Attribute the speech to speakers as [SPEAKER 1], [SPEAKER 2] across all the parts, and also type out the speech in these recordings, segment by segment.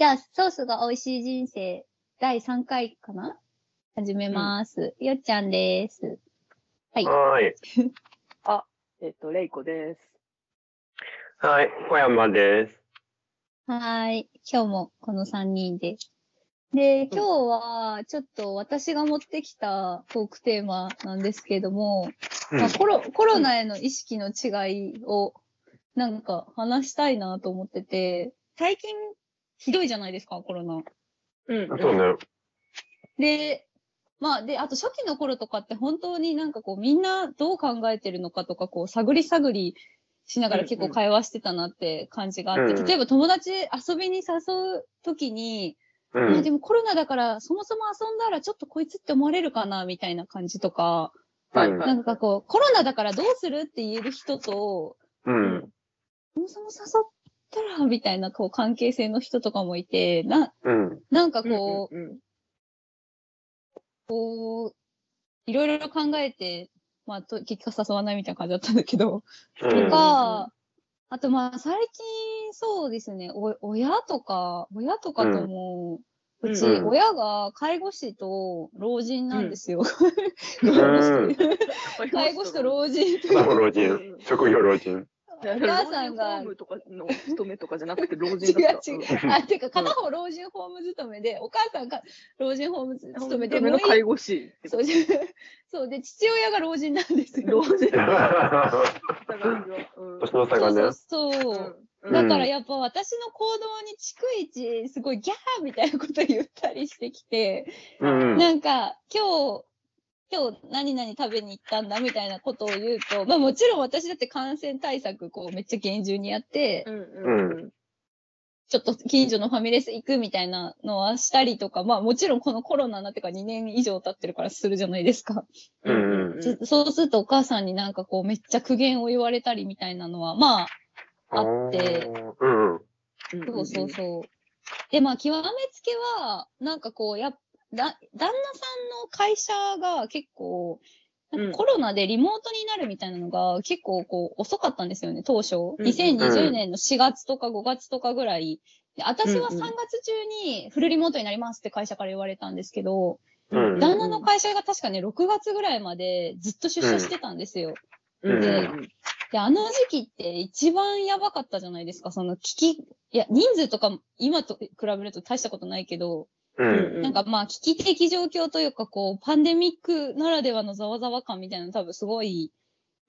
[SPEAKER 1] じゃあ、ソースが美味しい人生、第3回かな始めます。よっちゃんです。はい
[SPEAKER 2] はーい。
[SPEAKER 3] えっと、レイコです。
[SPEAKER 2] はい。小山です。
[SPEAKER 1] はーい。今日もこの3人で。で、今日は、ちょっと私が持ってきたトークテーマなんですけども、
[SPEAKER 2] うん
[SPEAKER 1] まあ、コロコロナへの意識の違いを、なんか話したいなと思ってて、最近、ひどいじゃないですか、コロナ。
[SPEAKER 3] うん
[SPEAKER 2] そうね。
[SPEAKER 1] で、まあ、で、あと初期の頃とかって本当になんかこうみんなどう考えてるのかとかこう探り探りしながら結
[SPEAKER 3] うん
[SPEAKER 1] 構
[SPEAKER 3] うん
[SPEAKER 1] 会話してたなって感じがあって、
[SPEAKER 2] うん
[SPEAKER 1] 例えば友達遊びに誘う時に、
[SPEAKER 2] う
[SPEAKER 1] まあ
[SPEAKER 2] ん。
[SPEAKER 1] でもコロナだからそもそも遊んだらちょっとこいつって思われるかなみたいな感じとか、
[SPEAKER 3] はい
[SPEAKER 2] うん
[SPEAKER 3] はい
[SPEAKER 1] なんかこうコロナだからどうするって言える人と、
[SPEAKER 2] う。。
[SPEAKER 3] うん
[SPEAKER 1] そもそも誘ったらみたいなこう関係性の人とかもいて、な、
[SPEAKER 2] うん。
[SPEAKER 1] なんか
[SPEAKER 3] うん
[SPEAKER 1] こう、
[SPEAKER 3] うんうん
[SPEAKER 1] こう、いろいろ考えて、まあ、と結果誘わないみたいな感じだったんだけど、と
[SPEAKER 2] うん。
[SPEAKER 1] か、あとまあ、最近、そうですね、お親とか、親とかとも、う
[SPEAKER 3] うん
[SPEAKER 1] ち、
[SPEAKER 2] うん
[SPEAKER 1] 親が介護士と老人なんですよ。
[SPEAKER 2] ん
[SPEAKER 1] 介護士と
[SPEAKER 2] う
[SPEAKER 1] 介護士と老人と
[SPEAKER 2] なるほど老人。職業老人。
[SPEAKER 3] お
[SPEAKER 1] 母さんが
[SPEAKER 3] ホームとかの勤めとかじゃなくて老
[SPEAKER 1] 違
[SPEAKER 3] 人
[SPEAKER 1] う
[SPEAKER 3] だった。
[SPEAKER 1] 違 う。あ、てか、片方老人ホーム勤めで、お母さんが老人ホーム
[SPEAKER 3] うん
[SPEAKER 1] 勤めで、
[SPEAKER 3] 勤
[SPEAKER 1] も
[SPEAKER 3] め
[SPEAKER 1] う
[SPEAKER 3] の
[SPEAKER 1] 一
[SPEAKER 3] 介護士。
[SPEAKER 1] そう、そうで、父親が老人なんです
[SPEAKER 3] 老
[SPEAKER 1] よ。
[SPEAKER 3] 人
[SPEAKER 2] 年
[SPEAKER 3] うん
[SPEAKER 2] の差がね。
[SPEAKER 1] そうそうそう。
[SPEAKER 3] うん
[SPEAKER 1] だからやっぱ私の行動に逐一すごいギャーみたいなこと言ったりしてきて、
[SPEAKER 2] うん。うん
[SPEAKER 1] なんか今日、今日何々食べに行ったんだみたいなことを言うと、まあもちろん私だって感染対策こうめっちゃ厳重にやって、
[SPEAKER 3] うんうんうん
[SPEAKER 1] ちょっと近所のファミレス行くみたいなのはしたりとか、まあもちろんこのコロナになってから2年以上経ってるからするじゃないですか。
[SPEAKER 2] うん
[SPEAKER 3] うん
[SPEAKER 1] そそうするとお母さんになんかこうめっちゃ苦言を言われたりみたいなのは、まああって。
[SPEAKER 2] うん。
[SPEAKER 1] そうそうそう。で、まあ、極めつけは、なんかこう、やっだ、旦那さんの会社が結構、なんかコロナでリモートになるみたいなのが結構こう遅かったんですよね、当初。
[SPEAKER 3] ん
[SPEAKER 1] 2020年の4月とか5月とかぐらい。で私は
[SPEAKER 3] う
[SPEAKER 1] 3
[SPEAKER 3] んうん
[SPEAKER 1] 月中にフルリモートになりますって会社から言われたんですけど、
[SPEAKER 2] うん
[SPEAKER 1] 旦那の会社が確かね、6月ぐらいまでずっと出社してたんですよ。
[SPEAKER 3] うんうん
[SPEAKER 1] で、あの時期って一番やばかったじゃないですか。その危機、いや、人数とかも今と比べると大したことないけど、
[SPEAKER 2] う
[SPEAKER 3] うん
[SPEAKER 2] ん。
[SPEAKER 3] う
[SPEAKER 1] なんかまあ危機的状況というか、こう、パンデミックならではのざわざわ感みたいなの多分すごい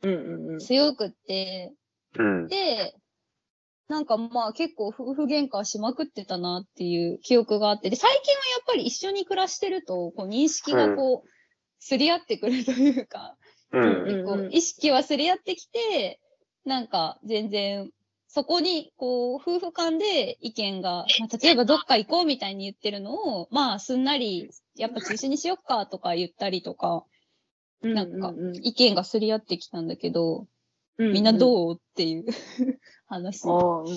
[SPEAKER 3] うんうんうん
[SPEAKER 1] 強くって、
[SPEAKER 2] うん。
[SPEAKER 1] で、なんかまあ結構夫婦喧嘩しまくってたなっていう記憶があって、で、最近はやっぱり一緒に暮らしてると、こう認識がこう、すり合ってくるというか、
[SPEAKER 2] うん。
[SPEAKER 1] こ
[SPEAKER 3] うんう
[SPEAKER 1] うん意識はすり合ってきて、なんか全然、そこに、こう、夫婦間で意見が、まあ、例えばどっか行こうみたいに言ってるのを、まあ、すんなり、やっぱ中止にしよっかとか言ったりとか、なんか
[SPEAKER 3] うんうん
[SPEAKER 1] 意見がすり合ってきたんだけど、
[SPEAKER 3] うん
[SPEAKER 1] みんなどうっていう 話。
[SPEAKER 3] ああ、うん。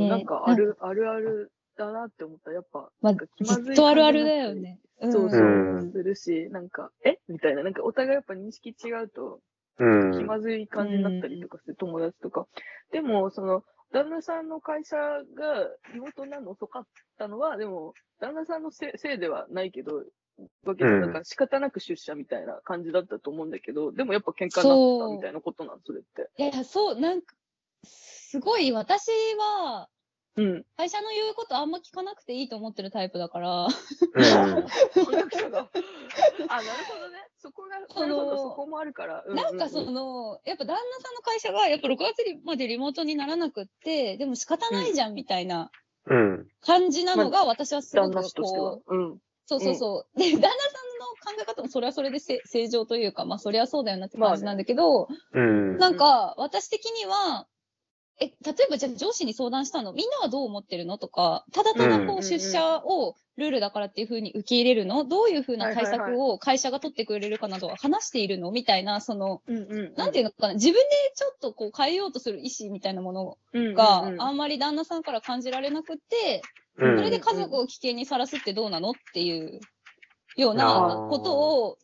[SPEAKER 1] ね
[SPEAKER 3] なんかある、あるあるだなって思った。やっぱ、
[SPEAKER 1] まあ、
[SPEAKER 3] なんか気まず
[SPEAKER 1] ず
[SPEAKER 3] い
[SPEAKER 1] っとあるあるだよね。
[SPEAKER 3] 感じになったり。そうそうう、するし、なんか、えみたいな、なんかお互いやっぱ認識違うと
[SPEAKER 2] うん。
[SPEAKER 3] 気まずい感じになったりとかする、友達とか。でも、その、旦那さんの会社がリモートになるの遅かったのは、でも、旦那さんのせいせいではないけど、わけじゃ
[SPEAKER 2] うん
[SPEAKER 3] なんか仕方なく出社みたいな感じだったと思うんだけど、でもやっぱ喧嘩になったみたいなことなん、それって。
[SPEAKER 1] いや、そう、なんか、すごい私は、
[SPEAKER 3] うん。
[SPEAKER 1] 会社の言うことあんま聞かなくていいと思ってるタイプだから、
[SPEAKER 2] うん。
[SPEAKER 3] あ、なるほ どね。そこが、それこそそこもあるから。うう
[SPEAKER 1] なんかその、やっぱ旦那さんの会社が、やっぱ6月までリモートにならなくって、でも仕方ないじゃんみたいな
[SPEAKER 2] うん。
[SPEAKER 1] 感じなのが、私はすご
[SPEAKER 3] 旦那
[SPEAKER 1] く
[SPEAKER 3] 氏としては
[SPEAKER 1] こう、。
[SPEAKER 3] うん。
[SPEAKER 1] そうそうそう。で、旦那さんの考え方もそれはそれでせ正常というか、まあそりゃそうだよなって感じなんだけど、
[SPEAKER 2] うん。
[SPEAKER 1] なんか私的には、え、例えばじゃあ上司に相談したの、みんなはどう思ってるのとか、ただただこ
[SPEAKER 3] うん
[SPEAKER 1] う出社をルールだからっていうふうに受け入れるのどういうふうな対
[SPEAKER 3] はいはい
[SPEAKER 1] 策を会社が取ってくれるかなどは話しているのみたいな、その、
[SPEAKER 3] うんうん。
[SPEAKER 1] なんていうのかな、自分でちょっとこう変えようとする意思みたいなもの
[SPEAKER 3] いう
[SPEAKER 1] が
[SPEAKER 3] んうん、
[SPEAKER 1] あんまり旦那さんから感じられなくて、
[SPEAKER 2] う
[SPEAKER 1] そ
[SPEAKER 2] ん。
[SPEAKER 1] れで家族を危険にさらすってどうなのっていうよう
[SPEAKER 2] あ
[SPEAKER 1] な
[SPEAKER 2] ー
[SPEAKER 1] ことを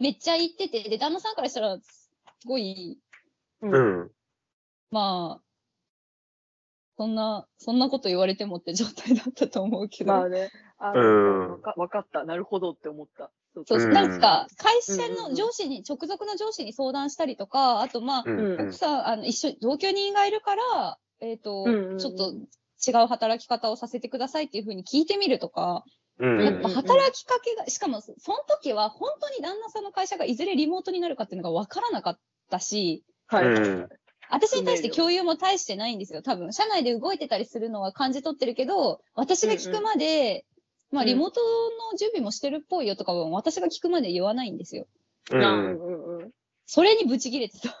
[SPEAKER 1] めっちゃ言ってて、で、旦那さんからしたら、すごい、
[SPEAKER 2] うん。
[SPEAKER 1] まあ、そんな、そんなこと言われてもって状態だったと思うけど。
[SPEAKER 3] まあね、あ
[SPEAKER 2] うん
[SPEAKER 3] わかわかった、なるほどって思った。そう
[SPEAKER 1] そう、
[SPEAKER 2] うん
[SPEAKER 1] なんか、会社
[SPEAKER 3] うんうんう
[SPEAKER 1] の
[SPEAKER 3] ん
[SPEAKER 1] 上司に、直属の上司に相談したりとか、あとまあ、
[SPEAKER 2] うんうん
[SPEAKER 1] 奥さん、あの、一緒、同居人がいるから、えっ、と、
[SPEAKER 3] うんうんうん
[SPEAKER 1] ちょっと違う働き方をさせてくださいっていうふうに聞いてみるとか、
[SPEAKER 2] うん
[SPEAKER 1] やっぱ働きかけが、しかもそその時は本当に旦那さんの会社がいずれリモートになるかっていうのが分からなかったし、
[SPEAKER 3] はい。
[SPEAKER 2] うん
[SPEAKER 1] 私に対して共有も大してないんですよ、多分。社内で動いてたりするのは感じ取ってるけど、私が聞くまで、まあ、
[SPEAKER 3] うん
[SPEAKER 1] リモートの準備もしてるっぽいよとかは、私が聞くまで言わないんですよ。
[SPEAKER 3] う
[SPEAKER 2] う
[SPEAKER 3] ん
[SPEAKER 2] ん
[SPEAKER 3] うんうん。
[SPEAKER 1] それにブチ切れてた。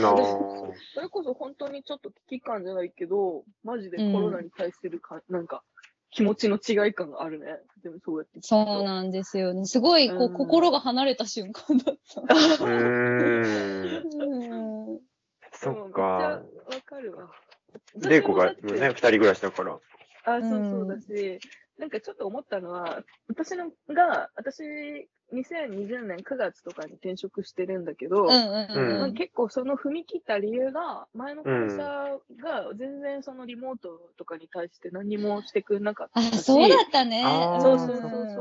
[SPEAKER 2] なあ
[SPEAKER 3] それこそ本当にちょっと危機感じゃないけど、マジでコロナに対するか、なんか、気持ちの違い感があるね。でもそうやって聞くと
[SPEAKER 1] そうなんですよね。すごい、こう、
[SPEAKER 3] うん
[SPEAKER 1] 心が離れた瞬間だった。う
[SPEAKER 2] うん
[SPEAKER 1] ん
[SPEAKER 2] そ
[SPEAKER 3] うんめっ
[SPEAKER 2] っか。
[SPEAKER 3] ちゃわかるわ。
[SPEAKER 2] レイコがね、
[SPEAKER 3] 私もだ
[SPEAKER 2] 二
[SPEAKER 3] って
[SPEAKER 2] 人暮らしだから。
[SPEAKER 3] あ、そううんそうだし、なんかちょっと思ったのは、私のが、私、2020年9月とかに転職してるんだけど、
[SPEAKER 1] うんうん
[SPEAKER 3] ま
[SPEAKER 1] う
[SPEAKER 3] あ
[SPEAKER 1] ん。
[SPEAKER 3] 結構その踏み切った理由が、前の会社が全然そのリモートとかに対して何もしてくれなかった
[SPEAKER 1] あ、
[SPEAKER 3] し、
[SPEAKER 1] そうだったね。
[SPEAKER 2] あー
[SPEAKER 3] そうそうそうそ
[SPEAKER 1] ん
[SPEAKER 3] う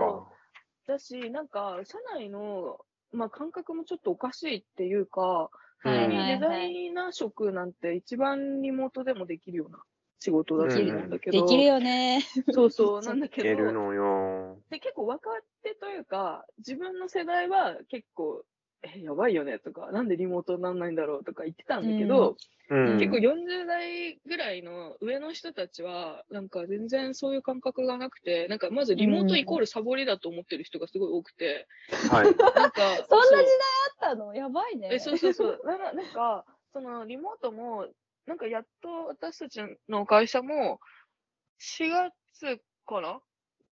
[SPEAKER 3] だし、なんか社内の、まあ、感覚もちょっとおかしいっていうか、
[SPEAKER 2] うん
[SPEAKER 1] はいはい
[SPEAKER 3] デ
[SPEAKER 1] は
[SPEAKER 3] ザ
[SPEAKER 1] い。
[SPEAKER 3] イナー職なんて一番リモートでもできるような仕事だと思うんだけ
[SPEAKER 1] で
[SPEAKER 3] ど、
[SPEAKER 1] きるよね。
[SPEAKER 3] そうそう、なんだ
[SPEAKER 2] い
[SPEAKER 3] け
[SPEAKER 2] ける
[SPEAKER 3] ど、
[SPEAKER 2] のよ。
[SPEAKER 3] で結構若手というか、自分の世代は結構、え、やばいよねとか、なんでリモートになんないんだろうとか言ってたんだけど、
[SPEAKER 2] うん。
[SPEAKER 3] 結構40代ぐらいの上の人たちは、なんか全然そういう感覚がなくて、なんかまずリモートイコールサボりだと思ってる人がすごい多くて、
[SPEAKER 2] はい。
[SPEAKER 3] なんか、
[SPEAKER 1] そんな時
[SPEAKER 3] う
[SPEAKER 1] 代あったのやばいね。
[SPEAKER 3] えそうそ うそう。なななんか、そのリモートも、なんかやっと私たちの会社も、4月かな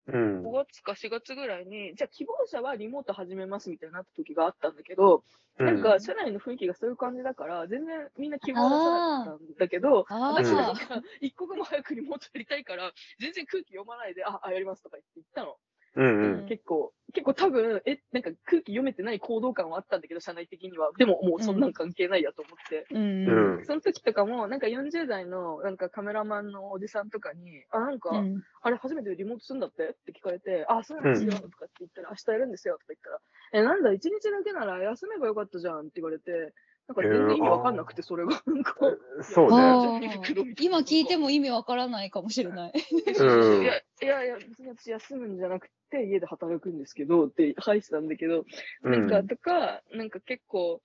[SPEAKER 2] うん。
[SPEAKER 3] 5月か4月ぐらいに、じゃあ希望者はリモート始めますみたいになった時があったんだけど、なんか社内の雰囲気がそういう感じだから、全然みんな希望出さなかったんだけど、
[SPEAKER 1] あ
[SPEAKER 3] 私
[SPEAKER 1] あ
[SPEAKER 3] は、一刻も早くリモートやりたいから、全然空気読まないで、あ、あやりますとか言って言ったの。
[SPEAKER 2] うんうん。
[SPEAKER 3] 結構、結構多分、え、なんか空気読めてない行動感はあったんだけど、社内的には。でももうそんなん関係ないやと思って。
[SPEAKER 1] うん
[SPEAKER 2] う
[SPEAKER 1] うん
[SPEAKER 2] ん。
[SPEAKER 3] その時とかも、なんか40代のなんかカメラマンのおじさんとかに、あ、なんか、
[SPEAKER 1] うん
[SPEAKER 3] あれ初めてリモートするんだってって聞かれて、あ、そうなんですよとかって言ったら、明日やるんですよとか言ったら、え、なんだ、一日だけなら休めばよかったじゃんって言われて、なんか全然意味わかんなくて、それが。なんか、
[SPEAKER 2] そうね。
[SPEAKER 1] あー今聞いても意味わからないかもしれない。
[SPEAKER 2] うん
[SPEAKER 3] いや、いやいや、別に私休むんじゃなくて、家で働くんですけど、って入ってたんだけど、なん
[SPEAKER 2] う
[SPEAKER 3] か、
[SPEAKER 2] ん
[SPEAKER 3] とか、なんか結構、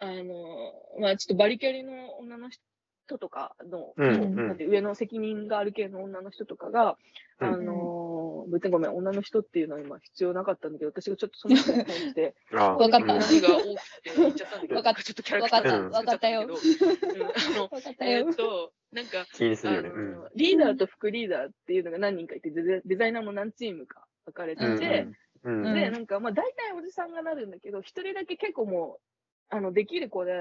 [SPEAKER 3] あの、まあちょっとバリキャリの女の人とかの、
[SPEAKER 2] うん
[SPEAKER 3] こう
[SPEAKER 2] うん
[SPEAKER 3] なんて上の責任がある系の女の人とかが、
[SPEAKER 2] うん
[SPEAKER 3] あの、別にごめん、女の人っていうのは今必要なかったんだけど、私がちょっとその人に対 して、
[SPEAKER 2] あ
[SPEAKER 1] わかった
[SPEAKER 2] うん
[SPEAKER 3] 話が多くて言っちゃったんだけど、
[SPEAKER 1] わかっ
[SPEAKER 3] ちょっとキャラクターが
[SPEAKER 1] わかった
[SPEAKER 3] 作っちゃったんだけど。うんあの
[SPEAKER 1] わかった
[SPEAKER 3] え
[SPEAKER 1] よ
[SPEAKER 3] ーっ。と、なんか、
[SPEAKER 2] 気にす
[SPEAKER 3] あ
[SPEAKER 2] る
[SPEAKER 3] の
[SPEAKER 2] よね。うん
[SPEAKER 3] リーダーと副リーダーっていうのが何人かいて、デザデザイナーも何チームか分かれて
[SPEAKER 2] うん
[SPEAKER 3] て、
[SPEAKER 2] うん。うん
[SPEAKER 3] で、なんか、まあ、大体おじさんがなるんだけど、一人だけ結構もう、あの、できる子で、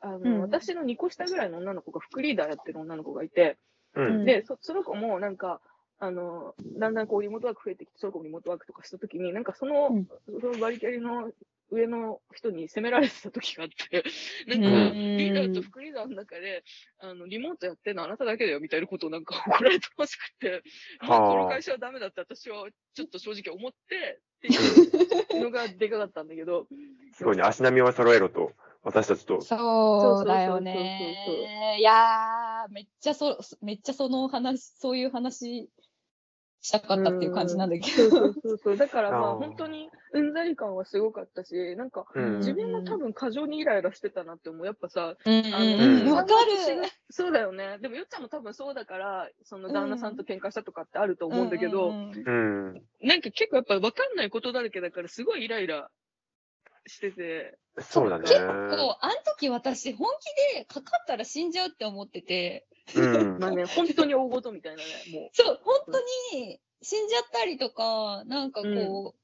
[SPEAKER 3] あの、
[SPEAKER 1] うん
[SPEAKER 3] 私の2個下ぐらいの女の子が副リーダーやってる女の子がいて、
[SPEAKER 2] うん。
[SPEAKER 3] で、そその子もなんか、あの、だんだんこうリモートワーク増えてきて、その子もリモートワークとかしたときに、なんかその、
[SPEAKER 1] うん
[SPEAKER 3] そのバリキャリの上の人に責められてた時があって、なんか、
[SPEAKER 2] うん
[SPEAKER 3] リーダーと副リーダーの中で、あの、リモートやってんのあなただけだよみたいなことをなんか怒られてほしくて、もう
[SPEAKER 2] はあ
[SPEAKER 3] この会社はダメだって私はちょっと正直思って、って いうのがでかかったんだけど、
[SPEAKER 2] すごいね。足並みを揃えろと。私たちと。
[SPEAKER 1] そうだよ
[SPEAKER 3] そうそうそう
[SPEAKER 1] ね。いやー、めっちゃそ、めっちゃその話、そういう話したかったっていう感じなんだけ
[SPEAKER 3] そうそ
[SPEAKER 1] ど。
[SPEAKER 3] うそうそう。だからま
[SPEAKER 2] あ
[SPEAKER 3] あ
[SPEAKER 2] ー
[SPEAKER 3] 本当にうんざり感はすごかったし、なんか、
[SPEAKER 2] うん
[SPEAKER 3] 自分も多分過剰にイライラしてたなって思う。やっぱさ、
[SPEAKER 1] うん
[SPEAKER 3] あ
[SPEAKER 1] うんうん。
[SPEAKER 3] の
[SPEAKER 1] わか
[SPEAKER 3] 私
[SPEAKER 1] る
[SPEAKER 3] が。そうだよね。でも、よっちゃんも多分そうだから、その旦那さんと喧嘩したとかってあると思うんだけど、
[SPEAKER 1] ううんうん
[SPEAKER 2] うん。
[SPEAKER 3] なんか結構やっぱ分かんないことだらけだから、すごいイライラしてて。
[SPEAKER 2] そうだね。
[SPEAKER 1] 結構、あの時私、本気でかかったら死んじゃうって思ってて、
[SPEAKER 2] うん。
[SPEAKER 3] まあね、本当に大事みたいなね、も
[SPEAKER 1] そう、本当に死んじゃったりとか、なんかこ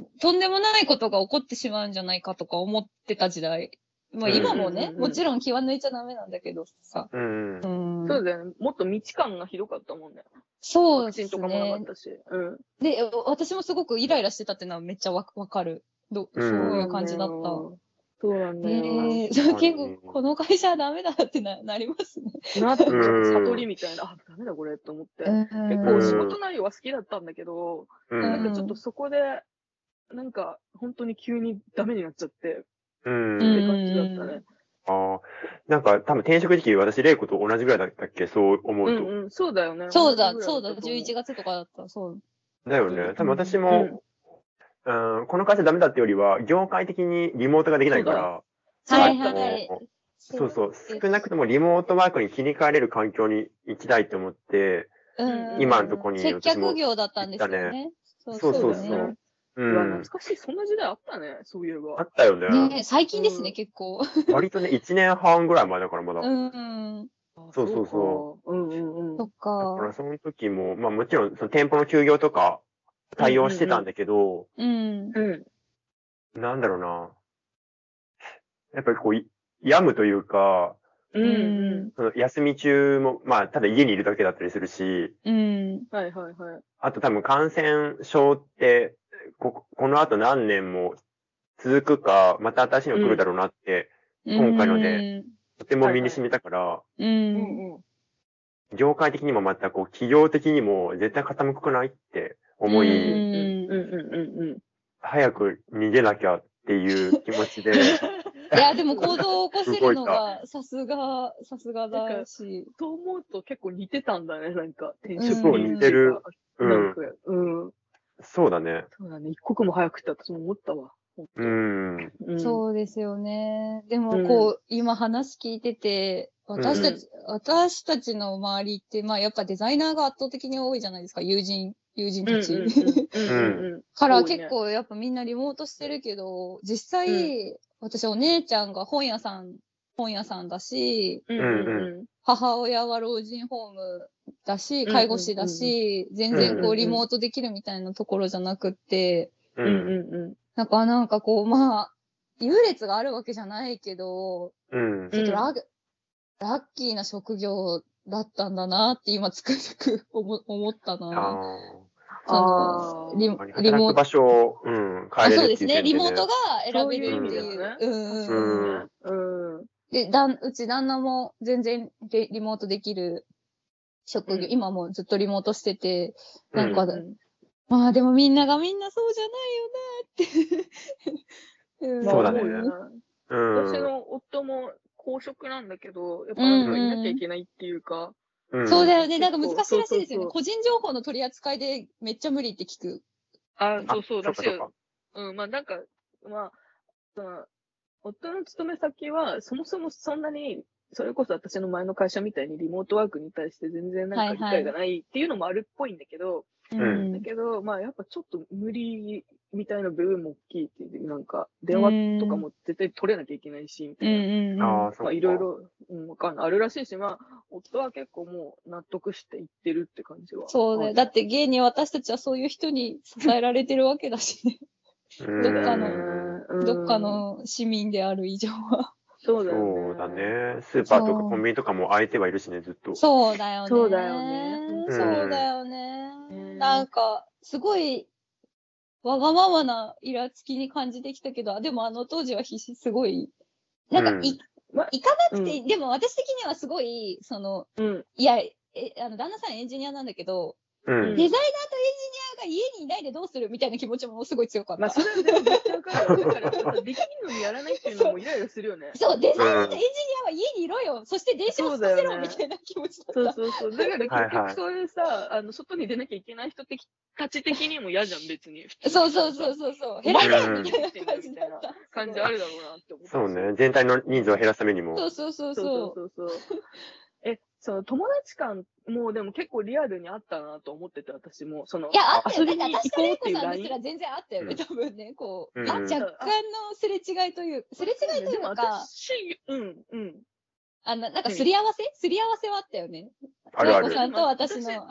[SPEAKER 1] う、とんでもないことが起こってしまうんじゃないかとか思ってた時代。まあ今も
[SPEAKER 3] うんうん
[SPEAKER 1] ね
[SPEAKER 3] う、んうん
[SPEAKER 1] もちろん気は抜いちゃダメなんだけどさ。
[SPEAKER 2] うん。
[SPEAKER 1] う
[SPEAKER 3] う。
[SPEAKER 1] ん
[SPEAKER 3] そうだよね。もっと道感がひどかったもんね。
[SPEAKER 1] そ
[SPEAKER 3] ワ
[SPEAKER 1] う
[SPEAKER 3] クチ
[SPEAKER 1] で
[SPEAKER 3] ン
[SPEAKER 1] す
[SPEAKER 3] とかもなかっ
[SPEAKER 1] ね。
[SPEAKER 3] たし。うん。
[SPEAKER 1] で、私もすごくイライラしてたってのはめっちゃわわかる。ど、そういう感じだった。
[SPEAKER 3] そうなんだよ。
[SPEAKER 1] えー、
[SPEAKER 2] そう
[SPEAKER 1] そう結構、この会社はダメだってななりますね。
[SPEAKER 3] なって、
[SPEAKER 2] うん
[SPEAKER 3] 悟りみたいな、あ、ダメだこれと思って。結
[SPEAKER 2] う
[SPEAKER 3] 構
[SPEAKER 2] ん
[SPEAKER 3] 仕事内容は好きだったんだけど、
[SPEAKER 2] う
[SPEAKER 3] なん
[SPEAKER 2] ん。
[SPEAKER 3] かちょっとそこで、なんか本当に急にダメになっちゃって、
[SPEAKER 2] う
[SPEAKER 1] うん
[SPEAKER 2] ん。
[SPEAKER 3] って感じだったね。
[SPEAKER 2] ああ。なんか、多分転職時期、私、玲子と同じぐらいだったっけそう思
[SPEAKER 3] う
[SPEAKER 2] うと。
[SPEAKER 3] んうん、そうだよね。
[SPEAKER 1] そうだ
[SPEAKER 3] 同、じぐ
[SPEAKER 1] そう
[SPEAKER 3] ら
[SPEAKER 1] だ、
[SPEAKER 3] ったと思
[SPEAKER 1] 11月とかだった、そう。
[SPEAKER 2] だよね。多分私も、うん、この会社ダメだってよりは、業界的にリモートができないから、
[SPEAKER 3] そう
[SPEAKER 1] はい
[SPEAKER 3] だ
[SPEAKER 1] はい。
[SPEAKER 2] そうそう、少なく
[SPEAKER 1] と
[SPEAKER 2] ともリモートワークに切り替えれる環境に行きたいと思って、
[SPEAKER 1] も
[SPEAKER 3] 今
[SPEAKER 2] のとこに
[SPEAKER 1] 接
[SPEAKER 2] 私も
[SPEAKER 1] 客業だったんですよ
[SPEAKER 2] 行った
[SPEAKER 1] ね。
[SPEAKER 2] そうそう
[SPEAKER 3] そ
[SPEAKER 2] そうう。
[SPEAKER 3] だよね
[SPEAKER 2] う
[SPEAKER 3] うわ
[SPEAKER 2] ん
[SPEAKER 3] 懐。かしい、そんな時代あったね、そういえ
[SPEAKER 2] あ
[SPEAKER 3] ば。
[SPEAKER 2] ったよね。
[SPEAKER 1] ね最近です
[SPEAKER 3] う
[SPEAKER 1] ね、
[SPEAKER 3] ん。
[SPEAKER 1] 結構。
[SPEAKER 2] 割とね、1年半ぐらい前だからまだ。
[SPEAKER 1] う
[SPEAKER 2] だ
[SPEAKER 1] ん。
[SPEAKER 2] そうそうそう
[SPEAKER 3] うんうんう
[SPEAKER 1] そ
[SPEAKER 3] ん。
[SPEAKER 1] っか
[SPEAKER 2] か。らその時も、まあもちろんその店舗の休業とか対応してたんだけど、
[SPEAKER 1] うん。
[SPEAKER 3] うん。
[SPEAKER 2] なんだろうな。やっぱりこう、い病むというか、
[SPEAKER 3] うんうん。
[SPEAKER 2] その休み中も、まあただ家にいるだけだったりするし、
[SPEAKER 1] うん。
[SPEAKER 3] はいはいはい。
[SPEAKER 2] あと多分感染症って、こ、この後何年も続くか、また新しいの来るだろうなって、今回ので。とても身に染みたから、
[SPEAKER 1] う
[SPEAKER 3] うん
[SPEAKER 1] ん。
[SPEAKER 3] うん。
[SPEAKER 2] 業界的にもまたこう、企業的にも絶対傾くないって思
[SPEAKER 1] う
[SPEAKER 2] い、
[SPEAKER 1] ん
[SPEAKER 3] うんうんうんうん。
[SPEAKER 2] 早く逃げなきゃっていう気持ちで、
[SPEAKER 1] いや、でも行動を起こせるのが、さすが、さすがだし。
[SPEAKER 3] と思うと結構似てたんだね、なんか。転
[SPEAKER 1] そう似て
[SPEAKER 2] る。う
[SPEAKER 3] なん
[SPEAKER 2] ん
[SPEAKER 3] か、、うん。
[SPEAKER 2] そうだね。
[SPEAKER 3] そうだね、一刻も早くって私も思ったわ。
[SPEAKER 2] うん、
[SPEAKER 3] うん
[SPEAKER 1] そうですよね。で
[SPEAKER 3] う
[SPEAKER 1] も、
[SPEAKER 3] ん
[SPEAKER 1] こう、今話聞いてて、
[SPEAKER 2] ん
[SPEAKER 1] 私たち、私たちの周りって、まあ、やっぱデザイナーが圧倒的に多いじゃないですか、友人、友人
[SPEAKER 3] うんうん
[SPEAKER 1] たち。
[SPEAKER 3] うんうんうん
[SPEAKER 1] から
[SPEAKER 3] 多いね
[SPEAKER 1] 結構やっぱみんなリモートしてるけど、実際、私お姉ちゃんが本屋さん、本屋さんだし、
[SPEAKER 3] うんうん
[SPEAKER 1] 母親は老人ホームだし、
[SPEAKER 3] うん
[SPEAKER 1] 介護士だし、全然
[SPEAKER 3] うん
[SPEAKER 1] こ
[SPEAKER 3] う
[SPEAKER 1] うんリモートできるみたいなところじゃなくって、
[SPEAKER 2] う
[SPEAKER 3] うんうん
[SPEAKER 2] ん、
[SPEAKER 3] うん
[SPEAKER 1] なんかなんかこう、まあ、優劣があるわけじゃないけど、
[SPEAKER 2] うん。
[SPEAKER 1] ちょっとラ,、ラッキーな職業だったんだなって今つくづく思思ったな。
[SPEAKER 2] あ
[SPEAKER 3] あ
[SPEAKER 1] そ
[SPEAKER 3] ー
[SPEAKER 1] のリ
[SPEAKER 2] あ、
[SPEAKER 1] リ
[SPEAKER 2] 働
[SPEAKER 1] モ
[SPEAKER 2] く
[SPEAKER 1] ート
[SPEAKER 2] 場。所を、うん、
[SPEAKER 1] あ
[SPEAKER 2] 変え
[SPEAKER 1] そう
[SPEAKER 2] れる
[SPEAKER 1] で
[SPEAKER 2] って
[SPEAKER 1] す
[SPEAKER 2] いう
[SPEAKER 1] ね。
[SPEAKER 2] 点で
[SPEAKER 1] リ
[SPEAKER 2] ね
[SPEAKER 1] モートが選べるって
[SPEAKER 2] そ
[SPEAKER 1] い
[SPEAKER 2] ういう意
[SPEAKER 3] 味
[SPEAKER 1] う。
[SPEAKER 3] ですね
[SPEAKER 1] うんうんうん
[SPEAKER 2] う
[SPEAKER 3] う
[SPEAKER 2] ん
[SPEAKER 3] ん
[SPEAKER 1] で、だん、うち旦那も全然リリモートできる職業、
[SPEAKER 3] うん
[SPEAKER 1] 今もずっとリモートしてて、なん
[SPEAKER 2] う
[SPEAKER 1] か、まあでもみんながみんなそうじゃないよなって ん。
[SPEAKER 2] そうだねうん。
[SPEAKER 3] 私の夫も公職なんだけど、やっぱなんかいなきゃいけないっていうか、
[SPEAKER 2] うん
[SPEAKER 1] そうだよね。なんか難しいらしいです
[SPEAKER 3] そうそう
[SPEAKER 1] よ
[SPEAKER 3] そ
[SPEAKER 1] ね。
[SPEAKER 3] う
[SPEAKER 1] 個人情報の取り扱いでめっちゃ無理って聞く。
[SPEAKER 3] あ、
[SPEAKER 2] あ
[SPEAKER 3] そうそう、
[SPEAKER 2] そ
[SPEAKER 3] ら
[SPEAKER 2] うか
[SPEAKER 3] しい
[SPEAKER 2] そう
[SPEAKER 3] よ
[SPEAKER 2] か。。
[SPEAKER 3] うん、まあなんか、まあ、その夫の勤め先は、そもそもそんなに、それこそ私の前の会社みたいにリモートワークに対して全然なんか理
[SPEAKER 1] はいはい
[SPEAKER 3] 解がないっていうのもあるっぽいんだけど、
[SPEAKER 1] うん
[SPEAKER 3] だけど、まあやっぱちょっと無理みたいな部分も大きいっていう、なんか電話とかも絶対取れなきゃいけないし、みた
[SPEAKER 1] う
[SPEAKER 3] いな。
[SPEAKER 1] んうん。
[SPEAKER 2] ああ、そう
[SPEAKER 3] ま
[SPEAKER 2] か。
[SPEAKER 3] あいろいろ、うん、わかんない。あるらしいし、まあ、夫は結構もう納得していってるって感じは。
[SPEAKER 1] そうだよ。だって芸に私たちはそういう人に支えられてるわけだしね。
[SPEAKER 2] うん
[SPEAKER 1] どっかの
[SPEAKER 3] の
[SPEAKER 1] どっか。の市民である以上は。
[SPEAKER 3] そうだよね。
[SPEAKER 2] そうだ。ね。スーパーとかコンビニとかも空いてはいるしね、ずっと。
[SPEAKER 1] そうだよね。
[SPEAKER 3] そうだよね
[SPEAKER 2] うん
[SPEAKER 1] そうだよね。
[SPEAKER 3] うん
[SPEAKER 1] なんか、すごい、わがままなイラつきに感じてきたけど、あでもあの当時は必死すごい、なんかい、
[SPEAKER 2] うん
[SPEAKER 3] ま
[SPEAKER 1] 行かなくていい、でも私的にはすごい、その、
[SPEAKER 3] うん。
[SPEAKER 1] いや、え、あの、旦那さんエンジニアなんだけど、
[SPEAKER 2] う
[SPEAKER 1] デザイナーと
[SPEAKER 2] ん。
[SPEAKER 1] エンジニアが家にいないでどうするみたいな気持ちもすごい強かった。
[SPEAKER 3] まあ、それはでもめっちゃわかるよ。だから、ちょっとできるのにやらないっていうのもイライラするよ ね。
[SPEAKER 1] そう、デザイナーとエンジニアは家にいろよ、そして電子もさせ
[SPEAKER 3] そうだ
[SPEAKER 1] ろ、
[SPEAKER 3] よ
[SPEAKER 1] み
[SPEAKER 3] ね
[SPEAKER 1] たいな気持ちだった。
[SPEAKER 3] そうそうそう。だから結
[SPEAKER 2] はいは
[SPEAKER 3] 局
[SPEAKER 2] い
[SPEAKER 3] そういうさ、あの、外に出なきゃいけない人的たち的にも嫌じゃん、別に。
[SPEAKER 1] そうそうそうそうそう。減らせみたいな感じだった。
[SPEAKER 3] 感じあるだろうなって思う。
[SPEAKER 2] そうね。全体の人数を減らすためにも。
[SPEAKER 1] そうそうそう
[SPEAKER 3] そ
[SPEAKER 1] そ
[SPEAKER 3] うそうう。そうそう。え、その友達感もでも結構リアルにあったなと思ってて、私も。その
[SPEAKER 1] い、や、あったよ。
[SPEAKER 3] 遊
[SPEAKER 1] だ
[SPEAKER 3] び
[SPEAKER 1] って
[SPEAKER 3] に
[SPEAKER 1] 私
[SPEAKER 3] 行
[SPEAKER 1] と
[SPEAKER 3] こう
[SPEAKER 1] 玲子
[SPEAKER 3] っていう
[SPEAKER 1] さんで
[SPEAKER 3] LINE
[SPEAKER 1] すら全然あったよ
[SPEAKER 2] う
[SPEAKER 1] ね、
[SPEAKER 2] ん
[SPEAKER 1] 多分ね、こう、
[SPEAKER 2] うん
[SPEAKER 1] あ若干のすれ違いという、すれ違いとい
[SPEAKER 3] で
[SPEAKER 1] う
[SPEAKER 3] も
[SPEAKER 1] のか、
[SPEAKER 3] 私、うん、うん。
[SPEAKER 1] あの、なんかすり合わせすり合わせはあったよね。
[SPEAKER 2] あるあ
[SPEAKER 1] 玲
[SPEAKER 2] る
[SPEAKER 1] 子。さんと私の、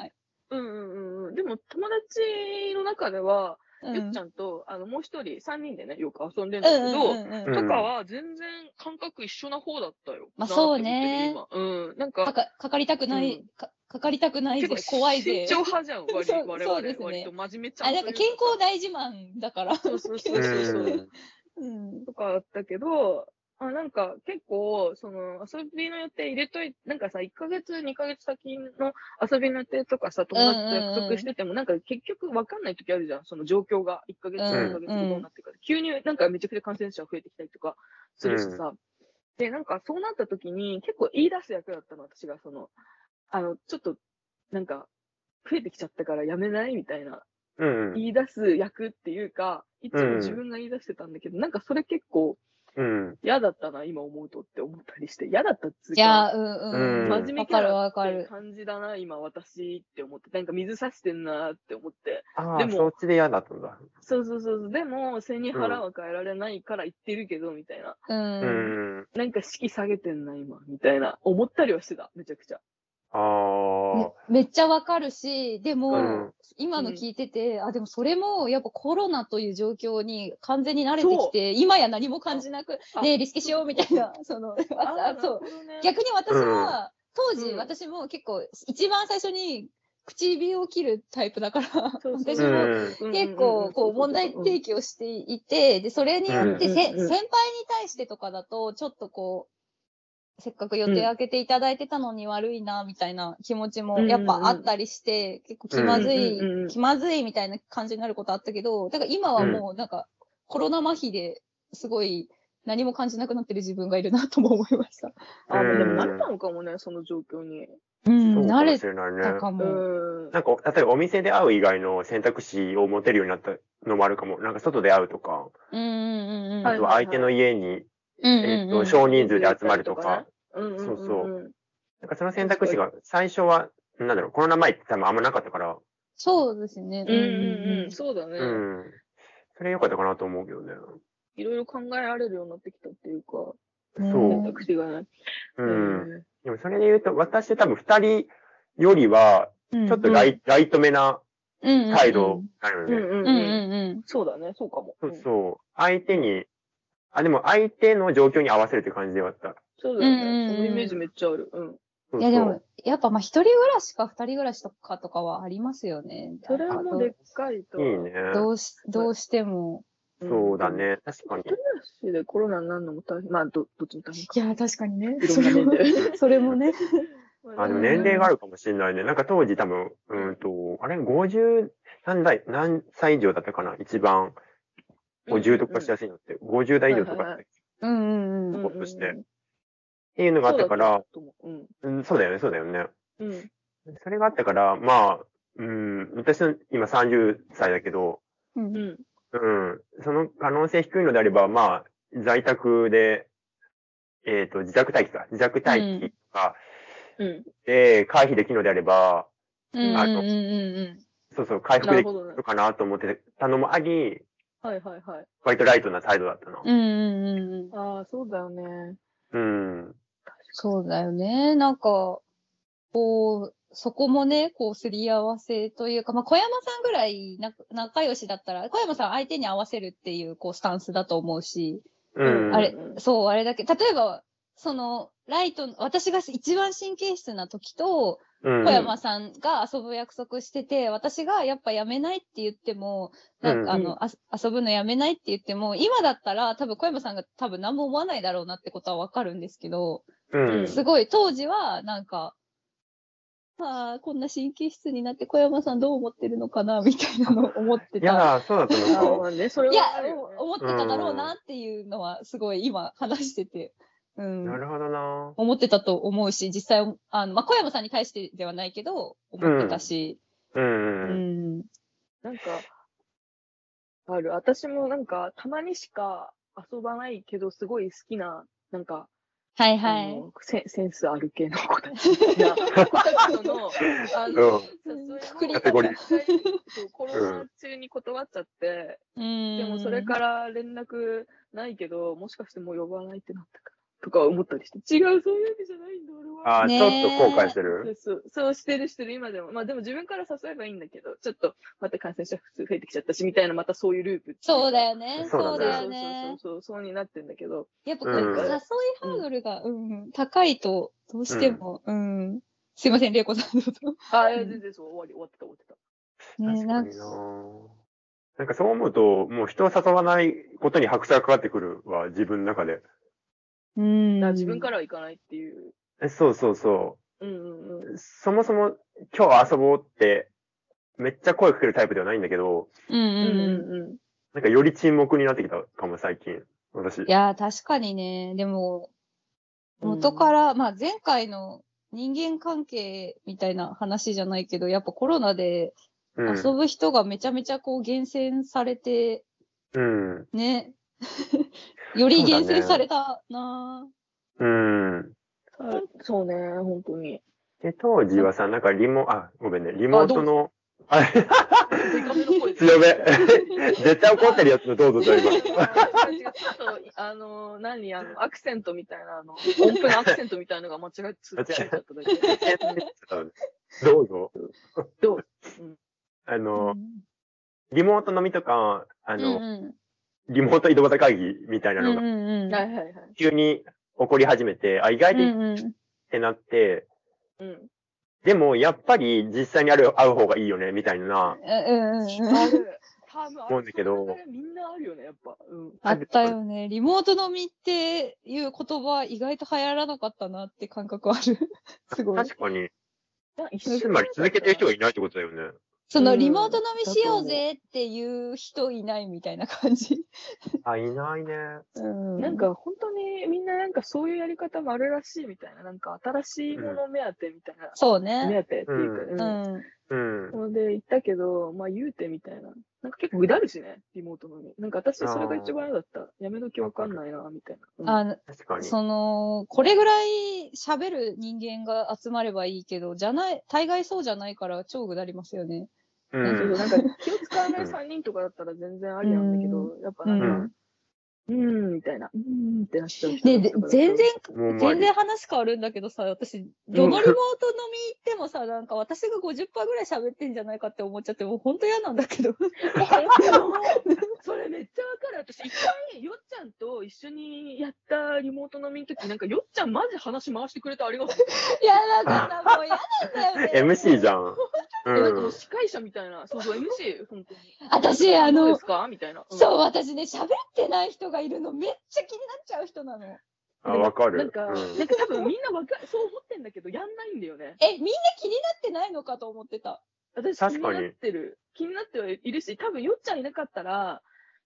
[SPEAKER 3] うんうんうんうん。でも友達の中では、
[SPEAKER 1] うん
[SPEAKER 3] ゆっちゃんと、あの、もう一人、三人でね、よく遊んでるんだ
[SPEAKER 1] う
[SPEAKER 3] け
[SPEAKER 1] ん
[SPEAKER 3] ど、
[SPEAKER 1] うんうんうん。
[SPEAKER 2] う
[SPEAKER 3] と
[SPEAKER 2] ん
[SPEAKER 3] かは全然感覚一緒な方だったよ。
[SPEAKER 1] まあそうね
[SPEAKER 3] なんか見てて今うん。なん
[SPEAKER 1] か
[SPEAKER 3] か、
[SPEAKER 1] か、かかりたくな
[SPEAKER 3] う
[SPEAKER 1] い、か、かかりたくないぜ、怖いぜ
[SPEAKER 3] 慎。重派じゃん、割
[SPEAKER 1] そう
[SPEAKER 3] 我
[SPEAKER 1] そう
[SPEAKER 3] 々、
[SPEAKER 1] ですね
[SPEAKER 3] 割と真面目ちゃん
[SPEAKER 1] あ、なんか健康大事マンだから。
[SPEAKER 3] そうそうそうそうそう。
[SPEAKER 1] うん。
[SPEAKER 3] とかあったけど、あなんか結構、その遊びの予定入れといて、なんかさ、1ヶ月、2ヶ月先の遊びの予定とかさ、友達と約束してても、なんか結局わかんない時あるじゃん、その状況が。1ヶ月、
[SPEAKER 1] うん
[SPEAKER 3] 2ヶ月後になってから。急になんかめちゃくちゃ感染者増えてきたりとかするしさ。で、なんかそうなった時に結構言い出す役だったの、私が。その、あの、ちょっと、なんか、増えてきちゃったからやめないみたいな
[SPEAKER 2] うんうん。
[SPEAKER 3] 言い出す役っていうか、いつも自分が言い出してたんだけど、なんかそれ結構
[SPEAKER 2] うん。
[SPEAKER 3] 嫌だったな、今思うとって思ったりして、嫌だったっつう
[SPEAKER 1] いや
[SPEAKER 3] か、
[SPEAKER 1] ー、うんうん。
[SPEAKER 2] うん
[SPEAKER 1] わ
[SPEAKER 3] 真面目キ
[SPEAKER 1] か
[SPEAKER 3] ャ
[SPEAKER 1] る
[SPEAKER 3] ラ
[SPEAKER 1] わ
[SPEAKER 3] っ
[SPEAKER 1] か
[SPEAKER 3] て
[SPEAKER 1] る。
[SPEAKER 3] 感じだな、今私って思って、なんか水差してんなって思って、
[SPEAKER 2] あ
[SPEAKER 3] で
[SPEAKER 2] あ、
[SPEAKER 3] も
[SPEAKER 2] 承知で嫌だったんだ。
[SPEAKER 3] そうそうそうそう、でも背に腹は変えられないから言ってるけど、みたいな、
[SPEAKER 1] う。
[SPEAKER 2] うんん。
[SPEAKER 3] なんか式下げてんな、今、みたいな、思ったりはしてた、めちゃくちゃ。
[SPEAKER 2] ああ。
[SPEAKER 1] めっちゃわかるし、でも、
[SPEAKER 2] うん
[SPEAKER 1] 今の
[SPEAKER 3] うん
[SPEAKER 1] 聞いてて、あ、でもそれも、やっぱコロナという状況に完全に慣れてきて、今や何も感じなく
[SPEAKER 3] あ、
[SPEAKER 1] ねえ、リスケしようみたいな、その、あ
[SPEAKER 3] ー
[SPEAKER 1] そう。
[SPEAKER 3] なるほどね
[SPEAKER 1] 逆に私は、当時、
[SPEAKER 3] うん
[SPEAKER 1] 私も結構、一番最初に唇を切るタイプだから、
[SPEAKER 3] そうそう
[SPEAKER 1] 私
[SPEAKER 3] で
[SPEAKER 1] も
[SPEAKER 2] うん。
[SPEAKER 1] 結構、こう、問題提起をしていて、で、それによって、
[SPEAKER 3] う
[SPEAKER 1] せ
[SPEAKER 3] んう
[SPEAKER 1] 先
[SPEAKER 3] んう
[SPEAKER 1] 輩
[SPEAKER 3] ん
[SPEAKER 1] に対してとかだと、ちょっとこう、せっかく予定開けていただいてたのに悪いな、みたいな気持ちもやっぱあったりして、結構気まずい
[SPEAKER 3] うんうんうん、
[SPEAKER 1] 気まずいみたいな感じになることあったけど、だから今はもうなんか、コロナ麻痺ですごい何も感じなくなってる自分がいるなとも思いました。
[SPEAKER 3] あー、でも慣れたのかもね、その状況に。
[SPEAKER 1] うん
[SPEAKER 2] そ、うか
[SPEAKER 1] 慣
[SPEAKER 2] も
[SPEAKER 1] れ
[SPEAKER 2] しれない
[SPEAKER 1] た
[SPEAKER 2] ね。
[SPEAKER 1] か
[SPEAKER 3] う
[SPEAKER 1] も。
[SPEAKER 3] ん。
[SPEAKER 2] なんか、例えばお店で会う以外の選択肢を持てるようになったのもあるかも。なんか外で会うとか、
[SPEAKER 1] うんうんうんうん。
[SPEAKER 2] あとは相手の家に、
[SPEAKER 1] うんうん
[SPEAKER 2] えっ
[SPEAKER 1] う
[SPEAKER 2] と、
[SPEAKER 1] ん
[SPEAKER 2] 少人数で集まるとか、
[SPEAKER 3] うんうんうん
[SPEAKER 2] そうそ
[SPEAKER 3] うん。
[SPEAKER 2] なんかその選択肢が最初は、なんだろう、コロナ前って多分あんまなかったから、
[SPEAKER 1] そうですね。
[SPEAKER 3] うんうんうん、そうだね。
[SPEAKER 2] うん。それ良かったかなと思うけどね。
[SPEAKER 3] いろいろ考えられるようになってきたっていうか、
[SPEAKER 1] うん
[SPEAKER 2] そう
[SPEAKER 3] 選択肢がね。
[SPEAKER 2] うん。でもそれで言うと、私多分二人よりは、
[SPEAKER 1] うん
[SPEAKER 2] ちょっとライ,、ライトめな態
[SPEAKER 1] 態
[SPEAKER 2] 度なの
[SPEAKER 3] う
[SPEAKER 2] よ
[SPEAKER 3] ん
[SPEAKER 2] ね。
[SPEAKER 3] う
[SPEAKER 1] う
[SPEAKER 3] ん
[SPEAKER 1] ん
[SPEAKER 3] う
[SPEAKER 1] うんん
[SPEAKER 3] うん。
[SPEAKER 1] うん
[SPEAKER 3] そうだね、そうかも。
[SPEAKER 2] そうそう。相手に、あ、でも相手の状況に合わせるって感じではあった。
[SPEAKER 3] そうだよ
[SPEAKER 1] うんうんう
[SPEAKER 3] ね。
[SPEAKER 1] ん
[SPEAKER 3] そのイメージめっちゃある。うん。
[SPEAKER 2] そう
[SPEAKER 1] いや
[SPEAKER 2] そう
[SPEAKER 1] でも、やっぱまあ一人暮らしか二人暮らしとかとかはありますよね。
[SPEAKER 3] それはもうでっかいと。
[SPEAKER 2] いいね。
[SPEAKER 1] どうし、どうしても。
[SPEAKER 3] ん
[SPEAKER 2] そうだ。ね。確かに
[SPEAKER 3] 一。人暮らしでコロナになるのも大変。まあ、どどっちも大変か。
[SPEAKER 1] いや、確かにね
[SPEAKER 3] いろんな面で。
[SPEAKER 1] それもね。
[SPEAKER 2] あ、でも年齢があるかもしれないね。なんか当時多分、うんと、あれ、50、何代、何歳以上だったかな一番、50とかしやすいのって、50代以上とか
[SPEAKER 3] はい
[SPEAKER 2] っ
[SPEAKER 3] は
[SPEAKER 2] て。っ
[SPEAKER 1] うんうんうん。
[SPEAKER 2] ほっとして
[SPEAKER 3] うんうんうん。
[SPEAKER 2] ていうのがあったから、
[SPEAKER 3] そうだと思う
[SPEAKER 2] うん、そうだよね、そうだよね。
[SPEAKER 3] うん。うん。
[SPEAKER 2] それがあったから、まあ、うん、私の今30歳だけど、
[SPEAKER 1] うん
[SPEAKER 3] うん。
[SPEAKER 2] うん、その可能性低いのであれば、まあ、在宅で、えっ、と、自宅待機か、自宅待機とか
[SPEAKER 3] うん。
[SPEAKER 2] で回避できるのであれば、
[SPEAKER 1] うん
[SPEAKER 2] あ
[SPEAKER 1] うん
[SPEAKER 2] の
[SPEAKER 1] うん
[SPEAKER 2] そうそう、回
[SPEAKER 3] な
[SPEAKER 2] 復
[SPEAKER 3] る
[SPEAKER 2] で
[SPEAKER 3] ほ
[SPEAKER 2] き
[SPEAKER 3] どね
[SPEAKER 2] る。かなと思ってたのもあり、
[SPEAKER 3] はいはいはい。
[SPEAKER 2] 割とライトな態度だったな。
[SPEAKER 1] うん。うんうんうんうん。
[SPEAKER 3] ああ、そうだよね。
[SPEAKER 2] うん。
[SPEAKER 1] そうだよね。なんか、こう、そこもね、こう、すり合わせというか、まあ、小山さんぐらいな仲良しだったら、小山さん相手に合わせるっていう、こう、スタンスだと思うし、
[SPEAKER 2] うん。
[SPEAKER 1] あれ
[SPEAKER 3] うんうん
[SPEAKER 1] そう、あれだけ、例えば、その、ライト、私が一番神経質な時と、
[SPEAKER 2] うん、
[SPEAKER 1] 小山さんが遊ぶ約束してて、私がやっぱやめないって言っても、なんかあ
[SPEAKER 3] うん
[SPEAKER 1] の、あ遊ぶのやめないって言っても、今だったら多分小山さんが多分何も思わないだろうなってことはわかるんですけど、
[SPEAKER 2] うん。
[SPEAKER 1] すごい当時はなんか、ああ、こんな神経質になって小山さんどう思ってるのかな、みたいなのを思って
[SPEAKER 2] いや
[SPEAKER 1] た。
[SPEAKER 2] だ、そうだった
[SPEAKER 3] あー
[SPEAKER 2] の
[SPEAKER 3] ま
[SPEAKER 2] か。
[SPEAKER 3] あね、それ
[SPEAKER 1] いや
[SPEAKER 3] はあるよね。、
[SPEAKER 1] お思ってただろうなっていうのはすごい今話してて。うん。
[SPEAKER 2] なるほどな。
[SPEAKER 1] 思ってたと思うし、実際、あの、まあ、小山さんに対してではないけど、思ってたし。
[SPEAKER 2] う。
[SPEAKER 1] うん
[SPEAKER 2] うん。
[SPEAKER 1] ん。
[SPEAKER 3] なんか、ある。私もなんか、たまにしか遊ばないけど、すごい好きな、なんか、
[SPEAKER 1] はい
[SPEAKER 3] あ
[SPEAKER 1] はい。
[SPEAKER 3] のセセンスある系の子た ちみたいな子たちの、あ
[SPEAKER 2] う
[SPEAKER 3] の
[SPEAKER 2] ん、
[SPEAKER 1] くくり
[SPEAKER 2] カテゴリー
[SPEAKER 3] ー。コロナ中に断っちゃって、
[SPEAKER 1] うん。
[SPEAKER 3] でもそれから連絡ないけど、もしかしてもう呼ばないってなったかとか思ったりして、違う、そういう意味じゃないんだ、俺は。
[SPEAKER 2] あー
[SPEAKER 1] ね
[SPEAKER 2] ちょっと後悔し
[SPEAKER 3] そ
[SPEAKER 2] て
[SPEAKER 3] う
[SPEAKER 2] る。
[SPEAKER 3] そう、そうしてるしてる、今でも。まあでも自分から誘えばいいんだけど、ちょっとまた感染者数増えてきちゃったし、みたいな、またそういうループっていか。
[SPEAKER 1] そうだよね。
[SPEAKER 2] そうだ
[SPEAKER 1] そ
[SPEAKER 2] ね
[SPEAKER 1] うだよね。
[SPEAKER 3] そうそうそうそう、そうになってんだけど。
[SPEAKER 1] やっぱこう、
[SPEAKER 2] うん
[SPEAKER 1] 誘いハードルが、うん、高いと、どうしても、うん。すいません、玲子さん、どうぞ。
[SPEAKER 3] ああ、いや
[SPEAKER 1] うん
[SPEAKER 3] 全然そう、終わり、終わってた、終わってた。
[SPEAKER 1] ね、
[SPEAKER 2] 確
[SPEAKER 1] な
[SPEAKER 2] か
[SPEAKER 1] ん
[SPEAKER 2] に
[SPEAKER 1] か
[SPEAKER 2] な。なんかそう思うと、もう人を誘わないことに拍車がかかってくるは、自分の中で。
[SPEAKER 1] うん
[SPEAKER 3] だから自分からは行かないっていう。
[SPEAKER 2] えそうそうそ
[SPEAKER 3] うんうんうん。
[SPEAKER 2] う。そもそも今日遊ぼうって、めっちゃ声かけるタイプではないんだけど、
[SPEAKER 1] うん
[SPEAKER 3] う
[SPEAKER 1] うん
[SPEAKER 3] ん
[SPEAKER 1] うん。
[SPEAKER 3] うん
[SPEAKER 2] なんかより沈黙になってきたかも、最近。私。
[SPEAKER 1] いやー、確かにね。でも、
[SPEAKER 3] うん。
[SPEAKER 1] 元から、まあ前回の人間関係みたいな話じゃないけど、やっぱコロナで
[SPEAKER 2] うん。
[SPEAKER 1] 遊ぶ人がめちゃめちゃこう厳選されて、
[SPEAKER 2] うん。
[SPEAKER 1] ね。より厳選されたな
[SPEAKER 2] うん。
[SPEAKER 3] ほんそうね、本当に。
[SPEAKER 2] で、当時はさ、なんかリモ、あ、ごめんね、リモートの、あれ、
[SPEAKER 3] デカめの声
[SPEAKER 2] 強め。 絶対怒ってるやつのどうぞ、
[SPEAKER 3] 違う
[SPEAKER 2] だい
[SPEAKER 3] 違う違う
[SPEAKER 2] ぶ。
[SPEAKER 3] ちょっと、あの、何、あの、アクセントみたいな、あの、音符のアクセントみたいなのが間違えつついちゃっただけ。
[SPEAKER 2] どうぞ。
[SPEAKER 3] どう
[SPEAKER 2] あ
[SPEAKER 1] ぁ。
[SPEAKER 2] の、リモート飲みとか、あ
[SPEAKER 1] うん
[SPEAKER 2] の、
[SPEAKER 1] うん
[SPEAKER 2] リモート井戸端会議みたいな
[SPEAKER 1] うん
[SPEAKER 2] の
[SPEAKER 1] う
[SPEAKER 2] が、
[SPEAKER 1] んうん
[SPEAKER 3] はいはいはい。
[SPEAKER 2] 急に起こり始めて、あ、意外
[SPEAKER 1] う
[SPEAKER 2] とっ
[SPEAKER 1] んうん
[SPEAKER 2] てなって、
[SPEAKER 3] うん。
[SPEAKER 2] でも、やっぱり実際にある、会う方がいいよね、みたいな。
[SPEAKER 1] うんうん
[SPEAKER 3] ある。多分ある
[SPEAKER 2] 思うんだけど
[SPEAKER 3] それみんなあるよね、やっぱ。うん。
[SPEAKER 1] あったよね。リモート飲みっていう言葉意外と流行らなかったなって感覚ある。 すごい。
[SPEAKER 2] 確かに。
[SPEAKER 3] 一
[SPEAKER 2] つまり続けてる人がいないってことだよね。
[SPEAKER 1] その
[SPEAKER 3] うん
[SPEAKER 1] リモート飲みしようぜっていう人いないみたいな感じ。
[SPEAKER 2] あ、いないね。
[SPEAKER 1] うん
[SPEAKER 3] なん、か本当にみんななんかそういうやり方もあるらしいみたいな、なんか新しいもの目当てみたいな、
[SPEAKER 1] そう
[SPEAKER 3] 目
[SPEAKER 1] ね。
[SPEAKER 3] 当てっていう
[SPEAKER 1] う
[SPEAKER 3] か、
[SPEAKER 1] ん。
[SPEAKER 2] うん。
[SPEAKER 3] うん。で行ったけど、まあ言うてみたいな。なんか結構うだるしね、リモートのみ。なんか私それが一番嫌だった。やめときわかんないな、みたいな。
[SPEAKER 1] あ
[SPEAKER 3] うん
[SPEAKER 1] の
[SPEAKER 2] 確かに。
[SPEAKER 1] その、これぐらい喋る人間が集まればいいけど、じゃない、大概そうじゃないから超ぐだりますよね。
[SPEAKER 2] う。
[SPEAKER 3] そうそうんなんか気を使わない3人とかだったら全然ありなんだけど、やっぱなんか、
[SPEAKER 2] うん
[SPEAKER 3] うーん、みたいな、うーん、みたいなっちゃう人
[SPEAKER 1] ね、
[SPEAKER 3] だ
[SPEAKER 1] で
[SPEAKER 3] ったから
[SPEAKER 1] 全然、
[SPEAKER 2] もうまあ
[SPEAKER 1] 全然話変わるんだけどさ、私、どのリモート飲み行ってもさ、なんか私が50%ぐらい喋ってんじゃないかって思っちゃって、もうほんと嫌なんだけど。
[SPEAKER 3] それめっちゃわかる。私、一回、よっちゃんと一緒にやったリモート飲みの時、なんかよっちゃんマジ話回してくれてありがとう。
[SPEAKER 1] いや、なんかさ、もう嫌なんだ よね。
[SPEAKER 2] MC じゃん。う
[SPEAKER 3] なんかも
[SPEAKER 2] ん
[SPEAKER 3] う。司会者みたいな、そうそう、MC、本当に。
[SPEAKER 1] 私あの
[SPEAKER 3] どうですかみたいな。ん
[SPEAKER 1] そう、私ね、喋ってない人がいるのめっちゃ気になっちゃう人なの。
[SPEAKER 2] あ、わかる。
[SPEAKER 3] なんか、
[SPEAKER 2] うん
[SPEAKER 3] なんか多分みんなわか、そう思ってんだけど、やんないんだよね。
[SPEAKER 1] え、みんな気になってないのかと思ってた。
[SPEAKER 3] 私、気
[SPEAKER 2] 確
[SPEAKER 3] に
[SPEAKER 2] か
[SPEAKER 3] な
[SPEAKER 2] に
[SPEAKER 3] ってる。気になってはいるし、多分よっちゃんいなかったら、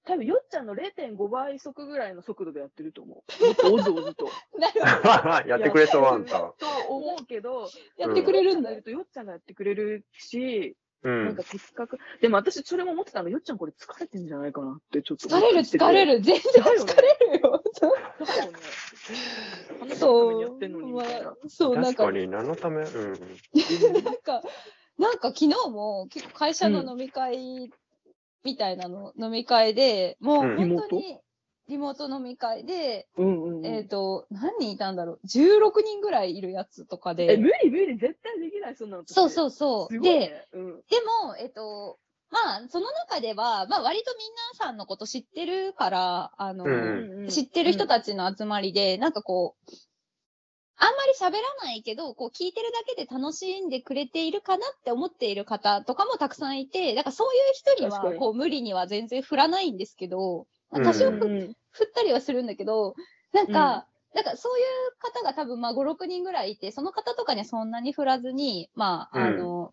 [SPEAKER 3] 多分よっちゃんの0.5倍速ぐらいの速度でやってると思う。ず っとおずおずと。
[SPEAKER 1] なるほ
[SPEAKER 2] やってくれそう、あんた。
[SPEAKER 3] と思うけど、
[SPEAKER 1] ど。やってくれるんだ
[SPEAKER 3] よ
[SPEAKER 1] よ。
[SPEAKER 3] とよっちゃんがやってくれるし、
[SPEAKER 2] う
[SPEAKER 3] なん
[SPEAKER 2] ん
[SPEAKER 3] か。的確。でも私それも思ってたの、よっちゃんこれ疲れてんじゃないかなってちょっと
[SPEAKER 1] 疲れる、疲れ
[SPEAKER 3] る。
[SPEAKER 1] る。全然疲れるよ。
[SPEAKER 3] だからね、話すために
[SPEAKER 1] そ
[SPEAKER 3] や
[SPEAKER 1] う
[SPEAKER 3] ってんのに。み
[SPEAKER 1] ま
[SPEAKER 3] たい
[SPEAKER 1] あ
[SPEAKER 3] な。
[SPEAKER 1] そう、なん
[SPEAKER 2] 確
[SPEAKER 1] か
[SPEAKER 2] か、に、何のためうん。
[SPEAKER 1] なんか、なんか昨日も結構会社の飲み会みたいなの、飲み会で、もう
[SPEAKER 2] うん
[SPEAKER 1] 本当にリモート飲み会で、
[SPEAKER 3] うんうんうん。
[SPEAKER 1] えっ、
[SPEAKER 3] え
[SPEAKER 1] と、何人いたんだろう ?16 人ぐらいいるやつとかで。
[SPEAKER 3] 無理無理、絶対できない、そんなの。
[SPEAKER 1] そうそうそう。
[SPEAKER 3] すごい
[SPEAKER 1] で、
[SPEAKER 3] ね。うん。
[SPEAKER 1] でも、えっと、まあ、その中では、まあ、割とみんなさんのこと知ってるから、あの、
[SPEAKER 2] う
[SPEAKER 3] うんんうん
[SPEAKER 1] 知ってる人たちの集まりで、なんかこう、あんまり喋らないけど、こう聞いてるだけで楽しんでくれているかなって思っている方とかもたくさんいて、だからそういう人に
[SPEAKER 3] 確か
[SPEAKER 1] は、
[SPEAKER 3] に
[SPEAKER 1] こう無理には全然振らないんですけど、まあ
[SPEAKER 2] うん
[SPEAKER 1] 多少
[SPEAKER 3] うんうん
[SPEAKER 1] 振ったりはするんだけど、なんか、なんかそういう方が多分まあ5、6人ぐらいいて、その方とかにはそんなに振らずに、まあ、あの、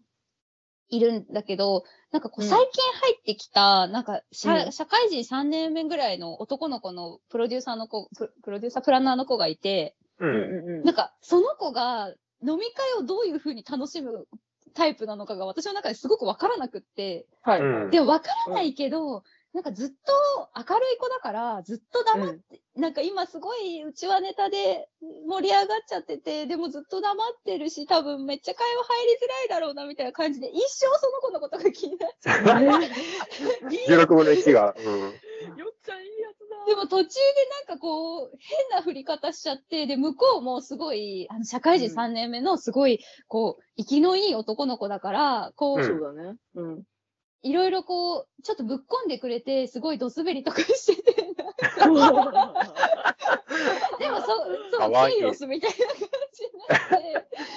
[SPEAKER 1] いるんだけど、なんかこう
[SPEAKER 3] うん
[SPEAKER 1] 最近入ってきた、なんか社,、
[SPEAKER 3] うん
[SPEAKER 1] 社会人3年目ぐらいの男の子のプロデューサーの子、ププロデューサープランナーの子がいて、
[SPEAKER 2] う
[SPEAKER 3] うん
[SPEAKER 2] ん。
[SPEAKER 3] うんう
[SPEAKER 1] なん
[SPEAKER 3] ん。
[SPEAKER 1] かその子が飲み会をどういうふうに楽しむタイプなのかが私の中ですごくわからなくって、
[SPEAKER 3] はい。
[SPEAKER 2] うん
[SPEAKER 1] でもわからないけど、なんかずっと明るい子だから、ずっと黙っなんか今すごいうちはネタで盛り上がっちゃってて、でもずっと黙ってるし、多分めっちゃ会話入りづらいだろうなみたいな感じで、一生その子のことが気になっちゃう。
[SPEAKER 2] 16分の1が。うん。
[SPEAKER 3] うんよっちゃんいいやつだ。
[SPEAKER 1] でも途中でなんかこう、変な振り方しちゃって、で、向こうもすごい、あの、社会人
[SPEAKER 3] うん
[SPEAKER 1] 3年目のすごい、こう、生きのいい男の子だから、こう、
[SPEAKER 2] うん
[SPEAKER 3] そうだね。 うん。
[SPEAKER 1] いろいろこう、ちょっとぶっこんでくれて、すごいドスベリとかしてて、でもそ、
[SPEAKER 2] か
[SPEAKER 1] そう、
[SPEAKER 2] わいい
[SPEAKER 1] ヒーロスみたいな感じにな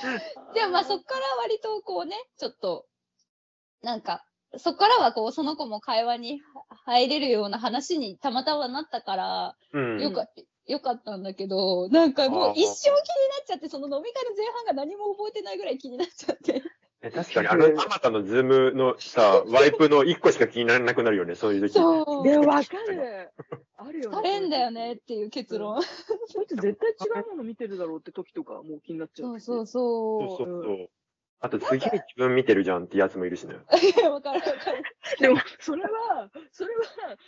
[SPEAKER 1] って、でもまあそっから割とこうね、ちょっと、なんか、そこからはこう、その子も会話に入れるような話にたまたまなったから、
[SPEAKER 2] うん。
[SPEAKER 1] よか、よかったんだけど、なんかも
[SPEAKER 2] あ
[SPEAKER 1] う
[SPEAKER 2] ー
[SPEAKER 1] 一生気になっちゃって、その飲み会の前半が何も覚えてないぐらい気になっちゃ って。
[SPEAKER 2] え確かに、あの、あまたのズームのさ、ワイプの1個しか気にならなくなるよね、そういう時。
[SPEAKER 1] そう。
[SPEAKER 3] で、わかる。あるよね。
[SPEAKER 1] 疲れんだよねっていう結論。
[SPEAKER 3] こいつ絶対違うもの見てるだろうって時とか、もう気になっちゃ
[SPEAKER 1] そう
[SPEAKER 3] う。
[SPEAKER 1] そう
[SPEAKER 3] う。
[SPEAKER 2] そうそ
[SPEAKER 1] そう
[SPEAKER 2] そう。あと、次に自分見てるじゃんってやつもいるしね。
[SPEAKER 1] う。わかるわかる。
[SPEAKER 3] でも、それは、それは、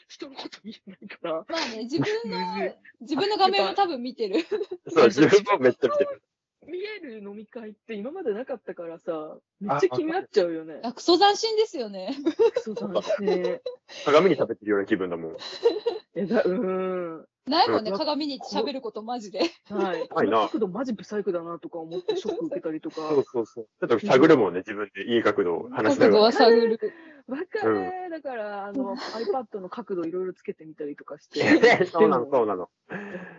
[SPEAKER 3] 人のこと見えないから。
[SPEAKER 1] まあ ね、自分
[SPEAKER 3] むずい
[SPEAKER 1] の、自分の画面も多分見てる。
[SPEAKER 2] そう、自分もめっちゃ見てる。
[SPEAKER 3] 見える飲み会って今までなかったからさ、めっちゃ気になっちゃうよね。
[SPEAKER 1] あクソ斬新ですよね。
[SPEAKER 3] そうだね。
[SPEAKER 2] 鏡に喋ってるような気分だもん。
[SPEAKER 3] えだ、うーん。
[SPEAKER 1] ないもんね、
[SPEAKER 3] うん
[SPEAKER 1] 鏡に喋ることマジで。
[SPEAKER 3] はい。
[SPEAKER 2] な
[SPEAKER 3] こ
[SPEAKER 2] いな
[SPEAKER 3] の角度マジブサイクだなとか思ってショック受けたりとか。
[SPEAKER 2] そうそうそう。ちょっと探るもんね、自分で。いい角度を話しな
[SPEAKER 1] 角度
[SPEAKER 2] がら。
[SPEAKER 1] は探る。
[SPEAKER 3] わかる。だから、あの、iPad の角度いろいろつけてみたりとかして。
[SPEAKER 2] え そうなの、そうなの。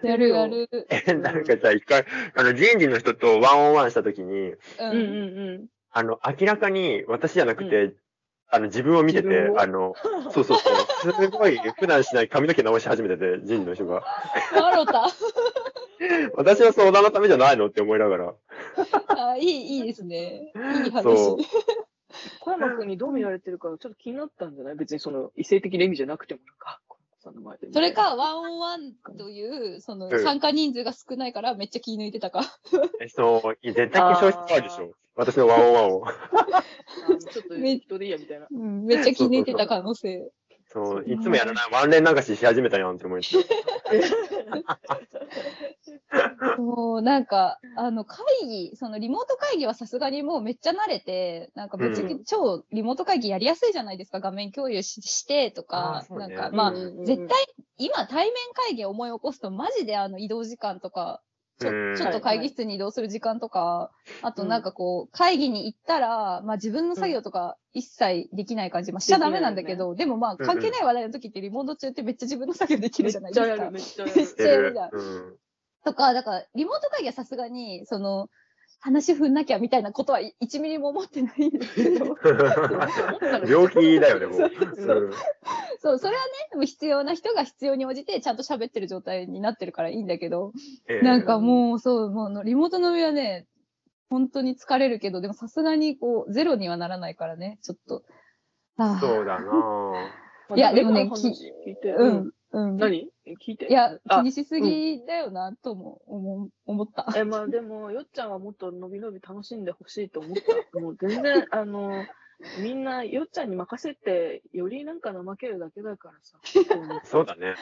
[SPEAKER 1] やるやる。
[SPEAKER 2] え、なんかさ、一回、あの、人事の人とワンオンワンした時に、
[SPEAKER 1] う
[SPEAKER 3] うんうん
[SPEAKER 1] ん。
[SPEAKER 3] うん。
[SPEAKER 2] あの、明らかに私じゃなくて、あの、自分を見て
[SPEAKER 3] 自
[SPEAKER 2] て
[SPEAKER 3] 分、を
[SPEAKER 2] あの、そうそうそう。すごい、普段しない髪の毛直し始めてて、人事の人が。
[SPEAKER 1] マロタ。
[SPEAKER 2] 私の相談のためじゃないのって思いながら。
[SPEAKER 1] あいい、いいですね。いい
[SPEAKER 2] そう
[SPEAKER 1] 話。。
[SPEAKER 3] 小山君にどう見られてるか、ちょっと気になったんじゃない別にその、異性的な意味じゃなくても、なんか、小山さんの前で。
[SPEAKER 1] それ。か、ワンオンワンという、その、参加人数が少ないから、めっちゃ気抜いてたか。
[SPEAKER 2] えそう、絶対化粧してないでしょ。私のワンオンワンを。
[SPEAKER 3] あのちょっと人でいいや、みたいな。
[SPEAKER 1] うん、めっちゃ気抜いてた可能性。
[SPEAKER 2] そう、いつもやらないワンレン流しし始めたやんっ て思いまし
[SPEAKER 1] もう、なんか、あの、会議、その、リモート会議はさすがにもうめっちゃ慣れて、なんか別
[SPEAKER 3] う
[SPEAKER 1] に超リモート会議やりやすいじゃないですか、画面共有ししてと
[SPEAKER 2] あー
[SPEAKER 1] か、
[SPEAKER 2] そう
[SPEAKER 1] な
[SPEAKER 2] ね
[SPEAKER 1] んか、まあ、
[SPEAKER 3] うんうんうん
[SPEAKER 1] 絶対、今対面会議を思い起こすと、マジであの、移動時間とか、ちょ
[SPEAKER 2] うん
[SPEAKER 1] ちょっと会議室に移動する時間とか、あとなんかこう、会議に行ったら、まあ自分の作業とか一切できない感じ、まあしちゃダメなんだけど、でもまあ
[SPEAKER 2] うん
[SPEAKER 1] 関係ない話題の時ってリモート中ってめっちゃ自分の作業できる
[SPEAKER 3] めっ
[SPEAKER 1] じゃないで
[SPEAKER 3] ちゃ
[SPEAKER 1] す
[SPEAKER 3] や
[SPEAKER 1] か
[SPEAKER 3] る、。めっちゃやる。
[SPEAKER 2] てる
[SPEAKER 1] そうだ。
[SPEAKER 2] うん。
[SPEAKER 1] とか、だから、リモート会議はさすがに、その、話踏んなきゃみたいなことは1ミリも思ってないん ですけど、
[SPEAKER 2] 病気だよね、もう。
[SPEAKER 3] そう
[SPEAKER 1] そう、それはね、でも必要な人が必要に応じてちゃんと喋ってる状態になってるからいいんだけど、
[SPEAKER 2] ええ
[SPEAKER 1] なんかもう、そう、もうあの、リモート飲みはね、本当に疲れるけど、でもさすがにこう、ゼロにはならないからね、ちょっと。ああ
[SPEAKER 2] そうだなぁ。
[SPEAKER 3] まあ
[SPEAKER 1] いやでもね
[SPEAKER 3] 今の話聞いて。
[SPEAKER 1] う
[SPEAKER 3] うん
[SPEAKER 1] ん、うん。
[SPEAKER 3] 何聞いて。
[SPEAKER 1] いや、気
[SPEAKER 3] あ
[SPEAKER 1] にしすぎだよな、とも思う思った。
[SPEAKER 3] え、まあでも、よっちゃんはもっとのびのび楽しんでほしいと思った。もう全然、あの、みんな、よっちゃんに任せて、よりなんか怠けるだけだから さ。
[SPEAKER 2] そうだね。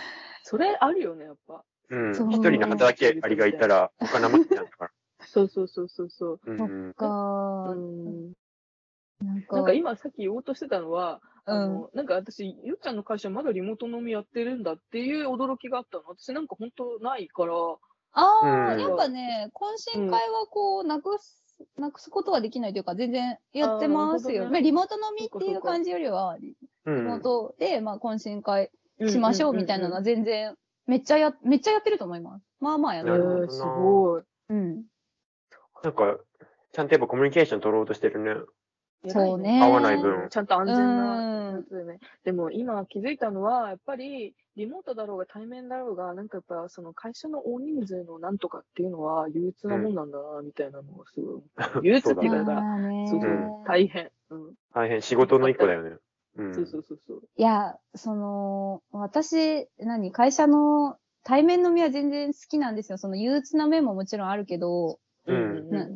[SPEAKER 3] それあるよね、やっぱ。
[SPEAKER 2] うん。
[SPEAKER 1] そう
[SPEAKER 2] 一人の働きありがいたら、他生きなんだから。
[SPEAKER 3] そうそうそうそうそう。
[SPEAKER 2] うんうん。
[SPEAKER 1] かー
[SPEAKER 3] うん、
[SPEAKER 1] なん
[SPEAKER 3] なん
[SPEAKER 1] か
[SPEAKER 3] か、今さっき言おうとしてたのは、
[SPEAKER 1] うん
[SPEAKER 3] あのなんか私、ゆっちゃんの会社まだリモート飲みやってるんだっていう驚きがあったの。私なんか本当ないから、
[SPEAKER 1] ああ、
[SPEAKER 2] うん
[SPEAKER 1] やっぱね、懇親会はこう、なくす、なくすことはできないというか、全然やってますよ。
[SPEAKER 3] あーなるほどね
[SPEAKER 1] まあリモート飲みっていう
[SPEAKER 3] そか
[SPEAKER 1] う
[SPEAKER 3] そうか
[SPEAKER 1] 感じよりは、リ
[SPEAKER 2] う
[SPEAKER 1] モー
[SPEAKER 2] ん。
[SPEAKER 1] トで、まあ、懇親会しましょうみたいなのは
[SPEAKER 3] ね。
[SPEAKER 1] 全然、めっちゃや、めっちゃやってると思います。まあまあや
[SPEAKER 3] え
[SPEAKER 1] ってる。
[SPEAKER 3] ー、すごい。
[SPEAKER 1] うん。
[SPEAKER 2] なんか、ちゃんとやっぱコミュニケーション取ろうとしてるね。
[SPEAKER 1] そうね
[SPEAKER 2] 合わない分
[SPEAKER 3] ちゃんと安全
[SPEAKER 1] う
[SPEAKER 3] なんやつでね。でも今気づいたのは、やっぱりリモートだろうが対面だろうが、なんかやっぱその会社の大人数のなんとかっていうのは憂鬱なもんなんだな、みたいなのがすごい思った。憂鬱っていうか、だから、
[SPEAKER 1] まあね
[SPEAKER 3] そうそう
[SPEAKER 2] うん、
[SPEAKER 3] 大変。うん。
[SPEAKER 2] 大変、仕事の一個だよね。うん。
[SPEAKER 3] そう そうそうそう。
[SPEAKER 1] いや、その、私、何、会社の対面飲みは全然好きなんですよ。その憂鬱な面ももちろんあるけど、
[SPEAKER 2] うん
[SPEAKER 1] な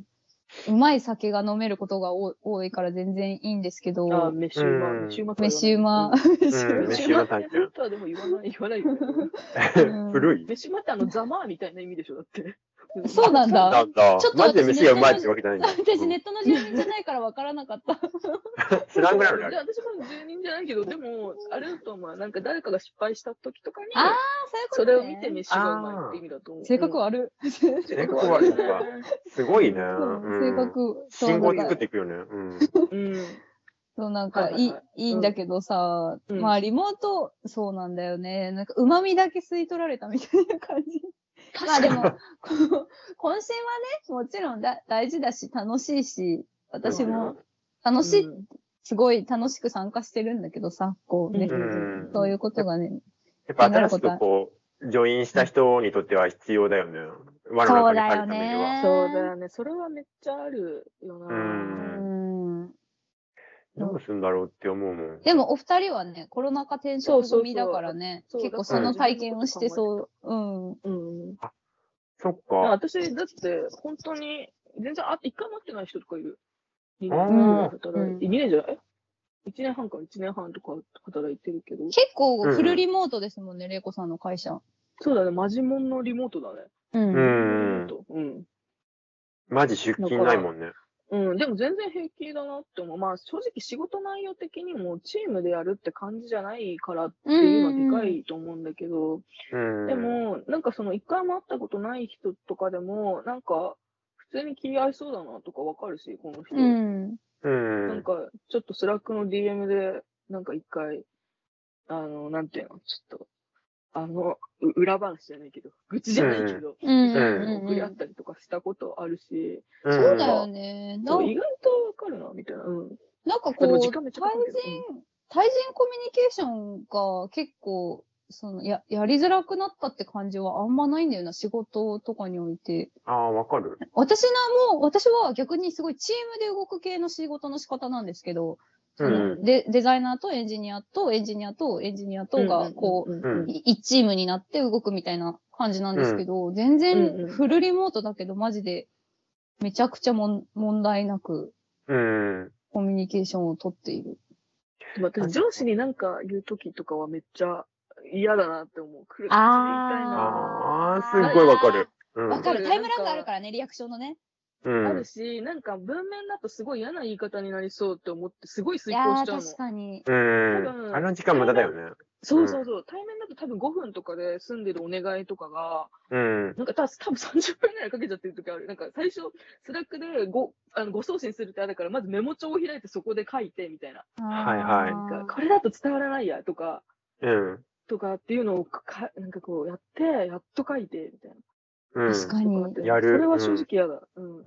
[SPEAKER 1] うまい酒が飲めることが多多いから全然いいんですけど、
[SPEAKER 3] あ、飯馬、
[SPEAKER 2] うん
[SPEAKER 3] 飯馬とは言わない。
[SPEAKER 1] 飯うま。
[SPEAKER 2] うん
[SPEAKER 3] 飯
[SPEAKER 2] 飯
[SPEAKER 3] 馬
[SPEAKER 2] 馬
[SPEAKER 3] って本
[SPEAKER 2] 体験。
[SPEAKER 3] 当はでも言わない、言わないよね。
[SPEAKER 1] うん
[SPEAKER 2] 古い。
[SPEAKER 3] 飯馬ってあの、ざまあみたいな意味でしょ、だって。
[SPEAKER 1] そうなんだ
[SPEAKER 2] なんだ
[SPEAKER 1] ちょっ。と
[SPEAKER 2] マジで
[SPEAKER 1] 私
[SPEAKER 2] 飯がうまいってわけじゃないんだ。
[SPEAKER 1] 私ネットの住人じゃないから分からなかった。
[SPEAKER 2] スラングなのねあ
[SPEAKER 3] い
[SPEAKER 2] れ
[SPEAKER 3] や、私も住人じゃないけど、でも、あれだと思う。なんか誰かが失敗した時とかに、
[SPEAKER 1] あー
[SPEAKER 3] そ
[SPEAKER 1] そうい
[SPEAKER 3] れ
[SPEAKER 1] う
[SPEAKER 3] を
[SPEAKER 1] こと、ね、
[SPEAKER 3] 見て飯がうまいって意味だと思う。
[SPEAKER 1] 性格悪い。
[SPEAKER 3] うん、
[SPEAKER 2] 性格悪いのかすごいね。
[SPEAKER 1] そう
[SPEAKER 2] う
[SPEAKER 1] 性
[SPEAKER 2] ん
[SPEAKER 1] 格。そう
[SPEAKER 2] 信号
[SPEAKER 1] なん
[SPEAKER 2] 作
[SPEAKER 1] か
[SPEAKER 2] っていくよね。う
[SPEAKER 3] う
[SPEAKER 2] ん。
[SPEAKER 3] ん。
[SPEAKER 1] そう、なん
[SPEAKER 3] は
[SPEAKER 1] か
[SPEAKER 3] いはい
[SPEAKER 1] い
[SPEAKER 3] はい
[SPEAKER 1] い、いいんだけどさ、
[SPEAKER 3] うん
[SPEAKER 1] まあ、リモート、そうなんだよね。なんか、旨味だけ吸い取られたみたいな感 じ。まあでも、こう懇親はね、もちろんだ大事だし、楽しいし、私も楽しいっ
[SPEAKER 3] うん
[SPEAKER 1] すごい楽しく参加してるんだけどさ、こうね、
[SPEAKER 2] うん
[SPEAKER 1] そういうことがね、
[SPEAKER 2] やっぱ新しくこう、ジョインした人にとっては必要だよね。輪の中に入るためには。
[SPEAKER 3] そうだよね。それはめっちゃあるよな。
[SPEAKER 2] うん
[SPEAKER 1] うん。
[SPEAKER 2] どうするんだろうって思うもん。
[SPEAKER 1] でもお二人はね、コロナ禍転職組だからね、
[SPEAKER 3] そうそうそう
[SPEAKER 1] 結構その体験をしてそう、うん。
[SPEAKER 3] うん。
[SPEAKER 2] そっ
[SPEAKER 3] いや
[SPEAKER 2] か。
[SPEAKER 3] 私、だって、本当に、全然、あ、一回も会ってない人とかいる。2
[SPEAKER 2] あー
[SPEAKER 3] 年ぐらい働いて、
[SPEAKER 1] う
[SPEAKER 3] 2年じゃない ?1 年半か1年半とか働いてるけど。
[SPEAKER 1] 結構フルリモートですもんね、玲子さんの会社。
[SPEAKER 3] そうだね、マジモンのリモートだね。
[SPEAKER 1] う。
[SPEAKER 2] うんん。
[SPEAKER 3] うん。
[SPEAKER 2] マジ出勤ないもんね。
[SPEAKER 3] うん、でも全然平気だなって思う。まあ正直仕事内容的にもチームでやるって感じじゃないからっていうのはでかいと思うんだけど、
[SPEAKER 2] うん。
[SPEAKER 3] で、も、なんかその一回も会ったことない人とかでも、なんか普通に気合いそうだなとかわかるし、この人。
[SPEAKER 1] うん。
[SPEAKER 2] う
[SPEAKER 3] なん
[SPEAKER 2] ん。
[SPEAKER 3] かちょっとスラックの DM で、なんか一回、あの、なんていうの、ちょっと、あの、う裏話じゃないけど、愚痴じゃないけど、
[SPEAKER 1] うんうん
[SPEAKER 2] ん
[SPEAKER 3] 送り
[SPEAKER 1] う
[SPEAKER 3] 合っ
[SPEAKER 1] ん。
[SPEAKER 3] たりとかしたことあるし、
[SPEAKER 2] うん
[SPEAKER 1] そうだよね。な
[SPEAKER 3] そ
[SPEAKER 1] ん
[SPEAKER 3] う
[SPEAKER 1] か
[SPEAKER 3] 意外とわかるな、みたいな。うん。
[SPEAKER 1] なんかこ
[SPEAKER 3] でも
[SPEAKER 1] う、対人
[SPEAKER 3] 時間めっちゃかかるけど
[SPEAKER 1] 対人コミュニケーションが結構、その、や、やりづらくなったって感じはあんまないんだよな、仕事とかにおいて。
[SPEAKER 2] ああ、わかる。
[SPEAKER 1] 私な、もう、私は逆にすごいチームで動く系の仕事の仕方なんですけど、 その
[SPEAKER 2] う
[SPEAKER 1] でデザイナーとエンジニアとエンジニアとエンジニアとが、こう、
[SPEAKER 3] うん
[SPEAKER 2] うん
[SPEAKER 1] い一チームになって動くみたいな感じなんですけど、全
[SPEAKER 3] うんう
[SPEAKER 1] 然
[SPEAKER 3] ん
[SPEAKER 1] フルリモートだけど、マジで、めちゃくちゃもん問題なく
[SPEAKER 2] うん。
[SPEAKER 1] コミュニケーションをとっている。
[SPEAKER 3] でも私、上司に何か言うときとかはめっちゃ嫌だなって思う。来る
[SPEAKER 1] あ
[SPEAKER 2] あ
[SPEAKER 1] ー
[SPEAKER 2] あ、すっごいわかる。うん。
[SPEAKER 1] わかる。
[SPEAKER 3] うん
[SPEAKER 1] タイムラグあるからね、リアクションのね。
[SPEAKER 2] う
[SPEAKER 3] あ
[SPEAKER 2] ん
[SPEAKER 3] る。し、なんか文面だとすごい嫌な言い方になりそうって思って、すごい
[SPEAKER 1] い
[SPEAKER 3] 遂行
[SPEAKER 1] や
[SPEAKER 3] し
[SPEAKER 1] ー、
[SPEAKER 3] ちゃうの。
[SPEAKER 1] 確かに。
[SPEAKER 2] うん。あの時間無駄だよね。
[SPEAKER 3] そうそうそう。対面だと多分5分とかで済んでるお願いとかが、
[SPEAKER 2] うん。
[SPEAKER 3] なんかた多分30分くらいかけちゃってる時ある。なんか最初、スラックでごあのご送信するってあるから、まずメモ帳を開いてそこで書いてみたいな。
[SPEAKER 2] はいはい
[SPEAKER 1] あ
[SPEAKER 3] なん
[SPEAKER 1] ー
[SPEAKER 3] かこれだと伝わらないやとか、
[SPEAKER 2] うん。
[SPEAKER 3] とかっていうのをか、なんかこうやって、やっと書いてみたいな。
[SPEAKER 2] うん。
[SPEAKER 1] 確かに。
[SPEAKER 3] とかって
[SPEAKER 2] やる
[SPEAKER 3] それは正直嫌だ。うん。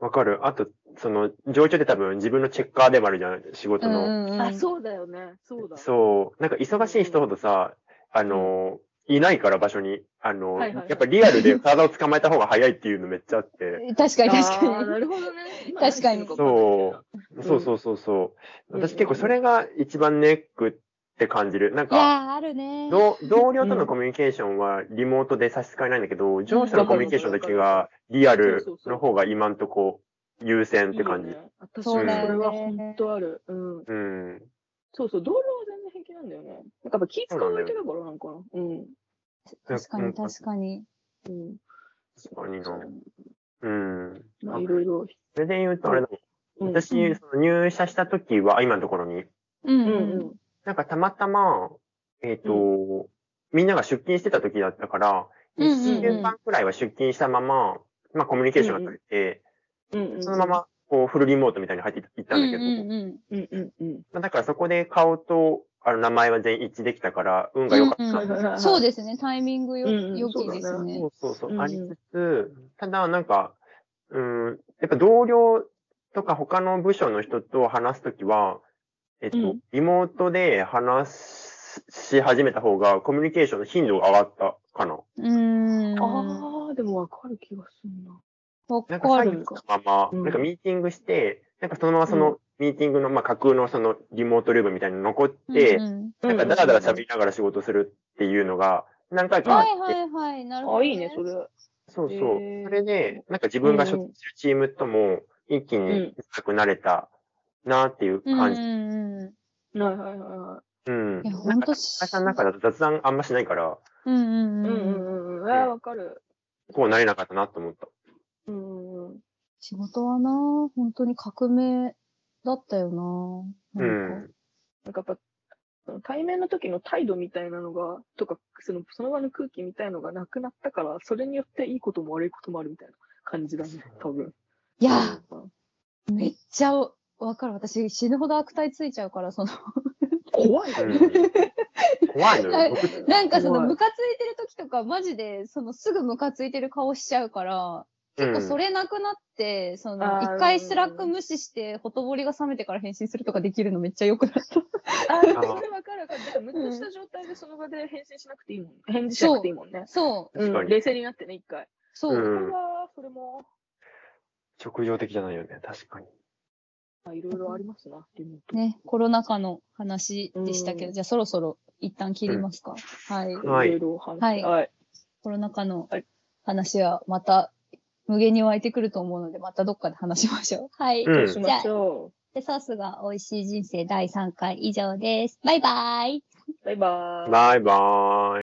[SPEAKER 2] わかる。あと、その、上長って多分自分のチェッカーでもあるじゃん、仕事
[SPEAKER 1] うん
[SPEAKER 2] の。
[SPEAKER 1] うんうん
[SPEAKER 3] あ、そうだよね。そうだ。
[SPEAKER 2] そう。なんか忙しい人ほどさ、あの、いないから場所に。あの、
[SPEAKER 3] はいはいはい
[SPEAKER 2] やっぱリアルで体を捕まえた方が早いっていうのめっちゃあって。
[SPEAKER 1] 確かに確
[SPEAKER 3] あ
[SPEAKER 1] か
[SPEAKER 3] ー
[SPEAKER 1] に。
[SPEAKER 3] なるほどね。今
[SPEAKER 1] 確かに
[SPEAKER 3] 何してるわかんない
[SPEAKER 2] そ
[SPEAKER 3] ん
[SPEAKER 2] う。そうそうそうそう。
[SPEAKER 3] うん
[SPEAKER 2] 私結構それが一番ネックって感じる。なん
[SPEAKER 1] い
[SPEAKER 2] か、
[SPEAKER 1] やー、あるね。
[SPEAKER 2] 同同僚とのコミュニケーションはリモートで差し支えないんだけど、上司とのコミュニケーションだけがリアルの方が今んとこ優先
[SPEAKER 3] けど
[SPEAKER 2] って感
[SPEAKER 3] い
[SPEAKER 2] じ
[SPEAKER 3] い。よね私も
[SPEAKER 1] そう
[SPEAKER 3] そ
[SPEAKER 2] だよね
[SPEAKER 3] れは本当ある。うん。
[SPEAKER 2] うん。
[SPEAKER 3] そうそう、道路は全然平気なんだよね。なんかやっぱ気使う相手だからなんかな。うん。
[SPEAKER 1] 確かに確かに。
[SPEAKER 3] うん。
[SPEAKER 2] 確かにな。うん。
[SPEAKER 3] まあ、いろいろ。
[SPEAKER 2] それで言うと、あれだもん。
[SPEAKER 3] うん
[SPEAKER 2] 私、
[SPEAKER 1] うん
[SPEAKER 2] その入社した時は、今のところ
[SPEAKER 1] うん
[SPEAKER 2] に、
[SPEAKER 3] う
[SPEAKER 1] うんん。
[SPEAKER 3] うん。
[SPEAKER 2] なんかたまたま、えっ、と、みんなが出勤してた時だったから、
[SPEAKER 1] うんうん
[SPEAKER 2] 1週間くらいは出勤したまま、まあコミュニケーションが取れて、
[SPEAKER 3] うんうん。
[SPEAKER 2] そのま。ま、こう、フルリモートみたいに入っていったんだけど、
[SPEAKER 1] うんうん
[SPEAKER 3] うんうんうん。
[SPEAKER 2] まあ、だからそこで顔と、あの、名前は全員一致できたから、運が良かった。
[SPEAKER 1] うん
[SPEAKER 3] はいはいは
[SPEAKER 1] うん
[SPEAKER 3] い。
[SPEAKER 1] そう
[SPEAKER 3] で
[SPEAKER 1] ですね、タイミングよ、
[SPEAKER 3] うんうん
[SPEAKER 1] 良きですね
[SPEAKER 2] そ。うそうそう、
[SPEAKER 3] うん
[SPEAKER 2] ありつつ、ただなんか、うん、やっぱ同僚とか他の部署の人と話すときは、えっと、
[SPEAKER 3] うん
[SPEAKER 2] リモートで話し始めた方がコミュニケーションの頻度が上がったかな。
[SPEAKER 1] うーん。
[SPEAKER 3] ああ、でもわかる気がするな。
[SPEAKER 1] わ
[SPEAKER 2] なんか
[SPEAKER 1] か
[SPEAKER 2] 作
[SPEAKER 1] る。
[SPEAKER 2] 業したまま、
[SPEAKER 3] うん
[SPEAKER 2] なんかミーティングして、なんかそのままそのミーティングの、まあ架空のそのリモートルームみたいに残って、
[SPEAKER 1] うんうん
[SPEAKER 2] なんかダラダラ喋りながら仕事するっていうのが何回かあっ
[SPEAKER 1] は
[SPEAKER 2] て、
[SPEAKER 1] いはいはい、なるほど、
[SPEAKER 3] あ、いいね、それ。
[SPEAKER 2] そうそう。
[SPEAKER 3] へー
[SPEAKER 2] それで、なんか自分が所属するチームとも一気
[SPEAKER 3] う
[SPEAKER 2] に
[SPEAKER 3] ん
[SPEAKER 2] 深くなれたなっていう
[SPEAKER 1] うん
[SPEAKER 2] 感
[SPEAKER 1] う
[SPEAKER 2] じ。
[SPEAKER 1] んう
[SPEAKER 3] はいはいはいは
[SPEAKER 2] うん。
[SPEAKER 1] ん。いや、
[SPEAKER 2] な
[SPEAKER 1] ほん
[SPEAKER 2] んか
[SPEAKER 1] と、
[SPEAKER 2] 会社の中だと雑談あんましないから、
[SPEAKER 1] うんうん
[SPEAKER 3] い。
[SPEAKER 1] う
[SPEAKER 3] うんうん
[SPEAKER 1] ん。
[SPEAKER 3] うんうん。ああ、わかる。
[SPEAKER 2] こうなれなかったなと思った。
[SPEAKER 3] うんうんうん。
[SPEAKER 1] 仕事はな、本当に革命だったよな。なんか
[SPEAKER 2] うん。
[SPEAKER 3] なんかやっぱ、その対面の時の態度みたいなのが、とか、そのその場の空気みたいのがなくなったから、それによっていいことも悪いこともあるみたいな感じだね、多分。
[SPEAKER 1] いや、
[SPEAKER 3] うん
[SPEAKER 1] めっちゃわかる。私死ぬほど悪態ついちゃうから、その、
[SPEAKER 3] 怖いよ
[SPEAKER 2] う
[SPEAKER 3] ね。
[SPEAKER 2] ん怖いのよ。僕
[SPEAKER 1] なんかその
[SPEAKER 3] 怖い
[SPEAKER 1] ムカついてる時とか、マジで、そのすぐムカついてる顔しちゃうから、結構それなくなって、その、
[SPEAKER 3] あー
[SPEAKER 1] 一回スラック無視して、ほとぼりが冷めてから返信するとかできるのめっちゃ良くなった。
[SPEAKER 3] あ、でもそれわかるわかる。だからムッとした状態でその場で返信しなくていいもん。返事しなくていいもんね。
[SPEAKER 1] そう、
[SPEAKER 2] 確か
[SPEAKER 3] うん、
[SPEAKER 2] に
[SPEAKER 3] 冷静になってね、一回。
[SPEAKER 1] そう。
[SPEAKER 2] うん
[SPEAKER 3] それは、それも、
[SPEAKER 2] 直情的じゃないよね。確かに。
[SPEAKER 3] まあ、いろいろありますな、リモート。
[SPEAKER 1] ね、コロナ禍の話でしたけ
[SPEAKER 3] う
[SPEAKER 1] ど、
[SPEAKER 3] ん
[SPEAKER 1] じゃあそろそろ一旦切りますか。はい。
[SPEAKER 2] はい
[SPEAKER 3] いろいろお話
[SPEAKER 1] はい
[SPEAKER 3] はい。
[SPEAKER 1] コロナ禍の
[SPEAKER 3] はい
[SPEAKER 1] 話はまた無限に湧いてくると思うので、またどっかで話しましょう。はい。
[SPEAKER 2] うん
[SPEAKER 3] し
[SPEAKER 1] じゃ
[SPEAKER 3] ま
[SPEAKER 1] あ
[SPEAKER 3] し、ょ
[SPEAKER 1] ペソースが美味しい人生第3回以上です。バイバイ。
[SPEAKER 3] う。バイバーイ。
[SPEAKER 2] バイバーイ。